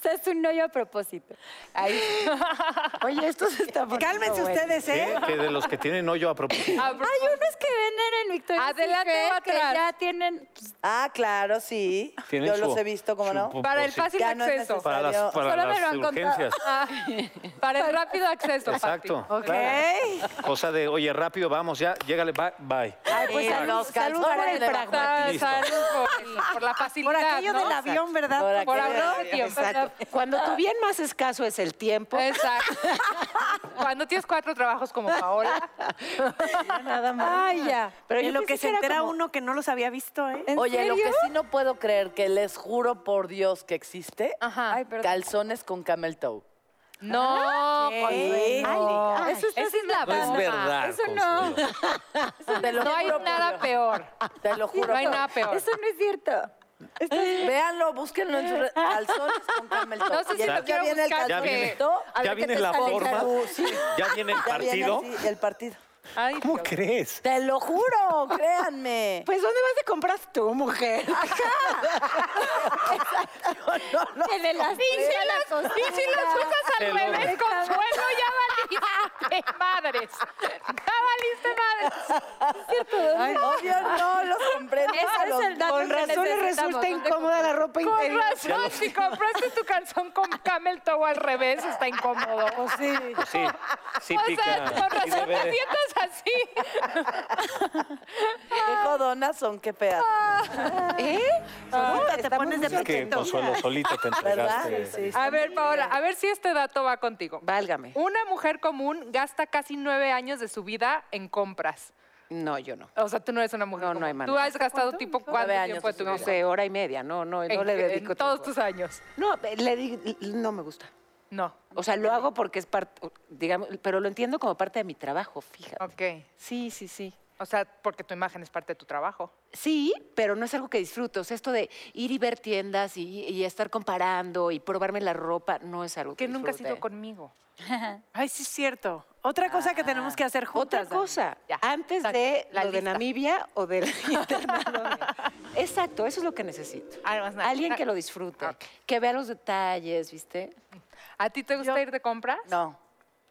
F: sea, es un hoyo a propósito. Ay,
D: Oye, esto se está poniendo
C: Cálmense
D: bueno.
C: ustedes, ¿eh?
G: ¿Qué? Que de los que tienen hoyo a propósito.
A: Ah,
F: Hay unos que venden en Victoria
A: Adelante o
F: que
A: atrás.
F: ya tienen
B: Ah, claro, sí.
G: Tienen
B: Yo
G: su-
B: los he visto, ¿cómo
G: su
B: no?
G: po-
A: Para el
G: por si-
A: fácil
B: Ya no es
A: acceso.
G: Para las,
B: necesario.
G: para
A: Solo me
G: las
A: lo han contado.
G: urgencias.
A: Ah, para el rápido acceso, Pati.
G: Exacto.
C: Ok.
G: Cosa de, oye, rápido, vamos ya, llégale, bye. bye.
B: Ay, pues a los calzones. le-
A: Sa- Salud por, el- por la
C: Por
A: facilidad,
C: aquello
A: ¿no?
C: del avión,
B: Por
C: ¿verdad?
B: aquello
A: Por hablar de
B: del
A: tiempo.
D: Exacto. Cuando tu bien más escaso es el tiempo,
A: Eh, Exacto. Cuando tienes cuatro trabajos como Paola,
D: nada más.
C: Ay, ya.
D: Pero yo
C: en lo
D: pensé
C: que se
D: era
C: entera
D: como-
C: uno que no los había visto, ¿eh?
F: ¿En
B: Oye, lo que
F: serio?
B: sí no puedo creer, que les juro por Dios que existe,
A: Ajá.
F: Ay, perdón.
B: calzones con camel toe.
A: no,
C: ¿Qué?
A: Consuelo.
F: Ay, eso está
A: Esa es la
G: No es
A: bomba.
G: verdad.
F: Eso no.
G: Consuelo.
B: Te lo
A: No hay
B: juro por
A: nada
B: Dios.
A: peor.
B: Te lo juro.
A: No hay
B: por-
A: nada peor.
F: Eso no es cierto.
B: Véanlo, búsquenlo en sus re- calzones con camel toe.
A: No sé
B: Y
A: si
B: aquí
A: lo quiero
B: viene el
A: buscar,
G: Ya
B: calzón.
G: viene,
A: que-
B: a
G: ya
B: ver
G: viene
B: qué te
G: la
B: sale,
G: forma,
B: Saúl. Sí.
G: ya viene el
B: Ya viene
G: partido.
B: así, el partido.
A: Ay,
G: ¿Cómo
A: Dios.
G: crees?
B: Te lo juro, créanme.
D: Pues, ¿dónde vas de compras tú, mujer?
F: En el
A: Y si las fuerzas al revés, Consuelo, ya valiste madres. Ya valiste madres.
B: Obvio no, los compré.
F: Ese
B: a los-
F: es el dato
D: Con
F: que
D: razón le
F: necesitamos.
D: resulta
F: ¿Dónde
D: incómoda la ropa
A: Con
D: interior.
A: razón, si compraste tu calzón con camel toe al revés, está incómodo.
G: Sí, sí
A: o sea,
G: pica.
A: con
G: sí
A: razón
G: debe
A: te
G: de-
A: sientas así.
B: Qué jodonas son, qué feas.
D: ¿Eh?
C: Ahorita te pones de
G: Es que
C: pretendo.
G: Consuelo solita te
B: ¿Verdad?
G: entregaste.
B: Sí, sí.
A: A ver, Paola, a ver si este dato va contigo.
D: Válgame.
A: Una mujer común gasta casi nueve años de su vida en compras.
D: No, yo no.
A: O sea, tú no eres una mujer
D: No, no
A: común.
D: hay
A: Tú
D: manera.
A: has gastado tipo cuánto
B: Nueve
A: tiempo de
B: años
A: tu
D: No
A: vida.
D: sé, hora y media. No, no, no
A: En-
D: le
A: en
D: dedico
A: todos
D: tiempo.
A: tus años.
D: No, eh, le di- no me gusta.
A: No.
D: O sea, lo hago porque es parte, digamos, pero lo entiendo como parte de mi trabajo, fíjate.
A: Ok.
D: Sí, sí, sí.
A: O sea, porque tu imagen es parte de tu trabajo.
D: Sí, pero no es algo que disfruto. O sea, esto de ir y ver tiendas y, y estar comparando y probarme la ropa no es algo que
A: Que nunca has
D: disfrute.
A: ido conmigo.
C: Ay, sí es cierto. Otra cosa que tenemos que hacer juntas.
D: Ah, Otra
C: Dani.
D: cosa,
A: Ya,
D: antes
A: exacto,
D: de
A: la
D: lo de
A: lista.
D: Namibia o del Exacto, eso es lo que necesito.
A: Ah, no, es nada.
D: Alguien que lo disfrute,
A: Ok.
D: que vea los detalles, ¿viste?
A: ¿A ti te gusta ir de compras?
B: No,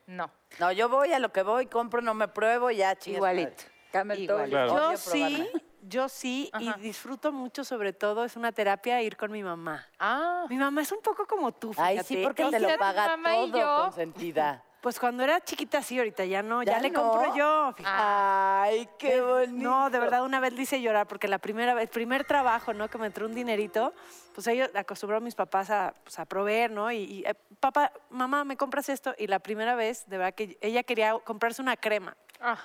A: No.
B: no, yo voy a lo que voy, compro, no me pruebo y ya, chingas.
D: Igualito.
F: Camel toe.
D: Igualito.
G: Claro.
C: Yo
B: Odio
C: sí, yo sí, y disfruto mucho, sobre todo, es una terapia ir con mi mamá.
A: Ah.
C: Mi mamá es un poco como tú, fíjate.
B: Ay, sí, porque te
A: fíjate,
B: lo
A: tu
B: paga
A: mamá y
B: todo,
A: yo.
B: consentida.
C: Pues cuando era chiquita sí, ahorita ya no, ya,
B: ¿Ya
C: le
B: no? Ah,
C: compro yo. fíjate.
B: Ay, qué bonito.
C: No, de verdad, una vez le hice llorar porque la primera vez, el primer trabajo, ¿no? Que me entró un dinerito, pues ellos acostumbraron a mis papás a, pues, a proveer, ¿no? Y, y, eh, papá, mamá, ¿me compras esto? Y la primera vez, de verdad, que ella quería comprarse una crema.
A: Ah.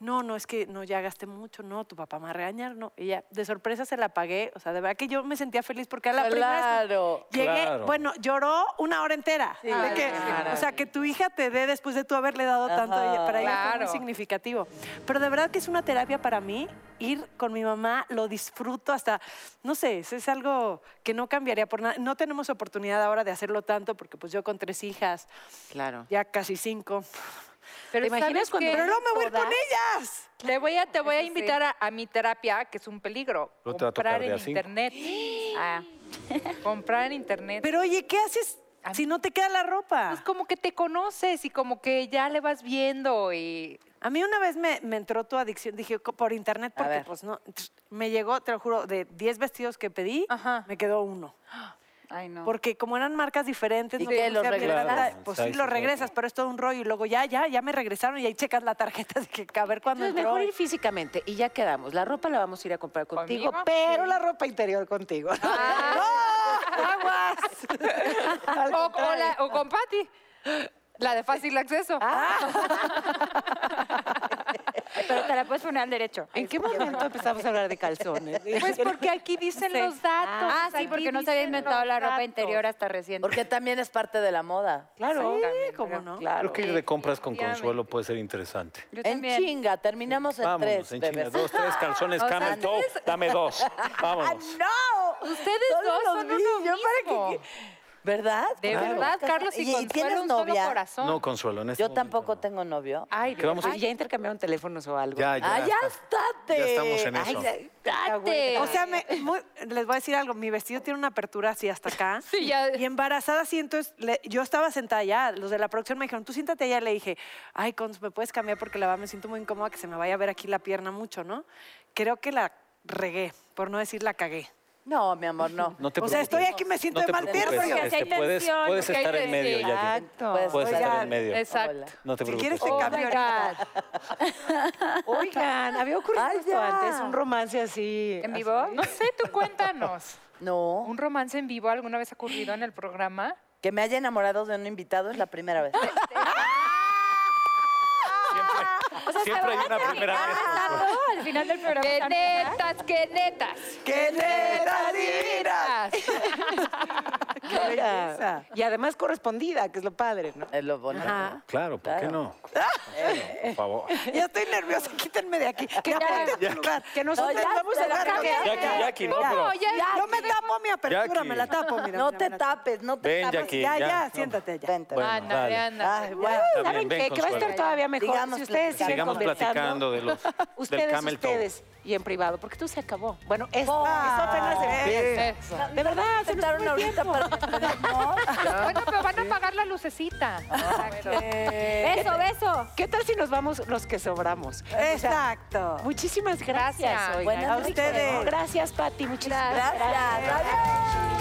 C: No, no, es que no, ya gasté mucho, no, tu papá me va a regañar, no. Y ya, de sorpresa se la pagué, o sea, de verdad que yo me sentía feliz porque era la primera vez que
B: Claro.
C: Llegué,
G: Claro.
C: bueno, lloró una hora entera. de que, o sea, que tu hija te dé después de tú haberle dado tanto, a ella, para ella fue
A: Claro.
C: muy significativo. Pero de verdad que es una terapia para mí. Ir con mi mamá, lo disfruto hasta, no sé, es, es algo que no cambiaría por nada. No tenemos oportunidad ahora de hacerlo tanto porque pues yo con tres hijas,
D: Claro.
C: ya casi cinco.
A: Pero
D: ¿Te
A: ¿sabes
D: imaginas cuando-
A: qué?
C: Pero no me voy a ir con
D: ¿Todas?
C: ellas.
A: Te voy a, te voy a
F: Eso sí.
A: invitar a, a mi terapia, que es un peligro.
G: No te va a tocar
A: comprar
G: de
A: en
G: a cinco.
A: internet.
F: Ah.
A: Comprar en internet.
C: Pero oye, ¿qué haces
A: A mí-
C: si no te queda la ropa?
A: Pues como que te conoces y como que ya le vas viendo y
C: A mí una vez me, me entró tu adicción, dije, co- por internet,
B: A
C: porque
B: ver.
C: pues no, me llegó, te lo juro, de 10 vestidos que pedí,
A: Ajá.
C: me quedó uno.
F: Ay, no.
C: Porque como eran marcas diferentes,
B: Ah. ¿Y
C: no
B: qué,
C: sé,
B: los
C: había
B: regresas?
C: tanta-
G: Claro,
C: pues
G: está
C: sí, los
G: ese
C: regresas,
G: rollo.
C: pero es todo un rollo y luego ya, ya, ya me regresaron y ahí checas la tarjeta de que a ver cuándo
D: Entonces,
C: entró.
D: mejor ir físicamente y ya quedamos. La ropa la vamos a ir a comprar contigo,
A: ¿Conmigo?
D: pero la ropa interior contigo.
A: o, o la- o con Patty. La de fácil acceso.
F: Ah, Pero te la puedes poner al derecho.
D: ¿En qué momento empezamos a hablar de calzones?
A: Pues porque aquí dicen
F: Sí.
A: los datos.
F: Ah, sí,
A: aquí
F: porque no se había
A: dicen
F: inventado
A: los
F: la ropa
A: datos.
F: interior hasta reciente.
B: Porque también es parte de la moda.
D: claro,
C: Sí, cómo no.
D: claro.
G: Creo que ir de compras con Consuelo puede ser interesante.
F: Yo
B: En
F: también.
B: chinga, terminamos en
G: Vámonos,
B: tres.
G: en China.
B: bebés.
G: Dos, tres calzones, camel toe. Dame dos.
B: ¡Ah,
G: Vámonos.
B: no!
A: Ustedes
B: Solo
A: dos
B: los
A: son
B: vi,
A: uno
B: yo para que-
A: mismo.
B: ¿Verdad?
A: De
B: Claro.
A: verdad, Carlos y,
B: ¿Y- y
A: Consuelo,
B: tienes
A: un solo
B: novia?
A: corazón. Ah,
G: No, Consuelo, en este
B: Yo
G: momento
B: tampoco
G: no.
B: tengo novio.
A: Ay,
G: ¿Qué vamos a-
D: Ay, ya intercambiaron teléfonos o algo.
G: Ya, ya.
B: ¡Ah, ya estate!
G: Ya estamos en
B: Ay,
G: eso.
B: ya-
F: ¡Date!
C: O sea, me- muy- les voy a decir algo. Mi vestido tiene una apertura así hasta acá.
A: Sí, ya.
C: Y embarazada, así, entonces le- yo estaba sentada allá. Los de la producción me dijeron, tú siéntate allá. Le dije, ay, Cons, ¿me puedes cambiar? Porque la verdad me siento muy incómoda que se me vaya a ver aquí la pierna mucho, ¿no? Creo que la regué, por no decir la cagué.
B: No, mi amor, no.
H: No te
C: o
H: preocupes.
C: sea, estoy aquí, me siento
H: No te
C: de mal
H: preocupes,
C: tercio.
F: Porque así hay
H: este, puedes,
F: tensión,
H: puedes
F: porque hay
H: estar en medio,
F: tensión.
H: Jackie.
F: Exacto.
B: Pues,
H: Puedes estar
B: oigan,
H: en medio.
A: Exacto.
B: Ah.
H: No te
C: Si
H: preocupes.
C: quieres te
H: Oh,
C: cambio ahorita.
D: Oigan, había ocurrido
B: Ay,
D: esto
B: ya.
D: antes, un romance así.
F: ¿En vivo?
A: No sé, tú cuéntanos.
B: No,
A: ¿Un romance en vivo alguna vez ha ocurrido en el programa?
B: que me haya enamorado de un invitado es la primera vez.
F: O sea,
G: Siempre hay una primera vez.
F: Claro, Ah, al final del programa.
A: ¡Qué
F: también, ¿verdad?
A: netas, qué netas!
B: ¡Qué neta divina!
D: belleza. Y además correspondida, que es lo padre, ¿no?
B: Es lo bonito.
G: Claro, ¿por qué no? Por favor.
C: Ya estoy nerviosa, quítenme de aquí. Que lugar.
D: Que nosotros
B: No, ya,
D: vamos
B: te
D: a
B: la
D: hablar con
B: cambié.
D: ella.
H: Jackie, Jackie, no, pero...
A: No, ya.
C: Yo me tapo mi apertura,
G: Jackie.
C: me la tapo, mira.
B: No
C: mira,
B: te
C: me la tapo.
B: tapes, no te
H: Ven,
B: tapes.
H: Jackie,
C: Ya, ya,
H: ya.
C: siéntate ya.
B: Vente.
H: Bueno,
A: Ah, no,
H: dale.
A: Ana.
B: Ay, bueno.
H: Está bien,
D: ¿Saben
H: ven,
D: qué? Que va a estar
H: Consuelo.
D: todavía mejor
B: Digamos,
D: si ustedes siguen
G: Sigamos
D: conversando.
G: platicando de los, del
D: Ustedes,
G: camel toe.
D: ustedes. Y en privado, porque tú se acabó. Bueno, esto,
B: Ah,
D: esto apenas empieza. De
C: Ah,
D: verdad, se nos
B: Aceptaron
D: fue el
B: ahorita
D: tiempo.
B: para despedirnos.
A: Bueno, pero van a apagar la lucecita.
F: Beso, beso.
D: ¿Qué tal si nos vamos los que sobramos?
C: Exacto.
D: Muchísimas gracias.
A: Gracias.
D: oigan.
B: Buenas
D: A ustedes.
B: noches.
D: Gracias, Pati. Muchísimas gracias.
B: Gracias. Adiós.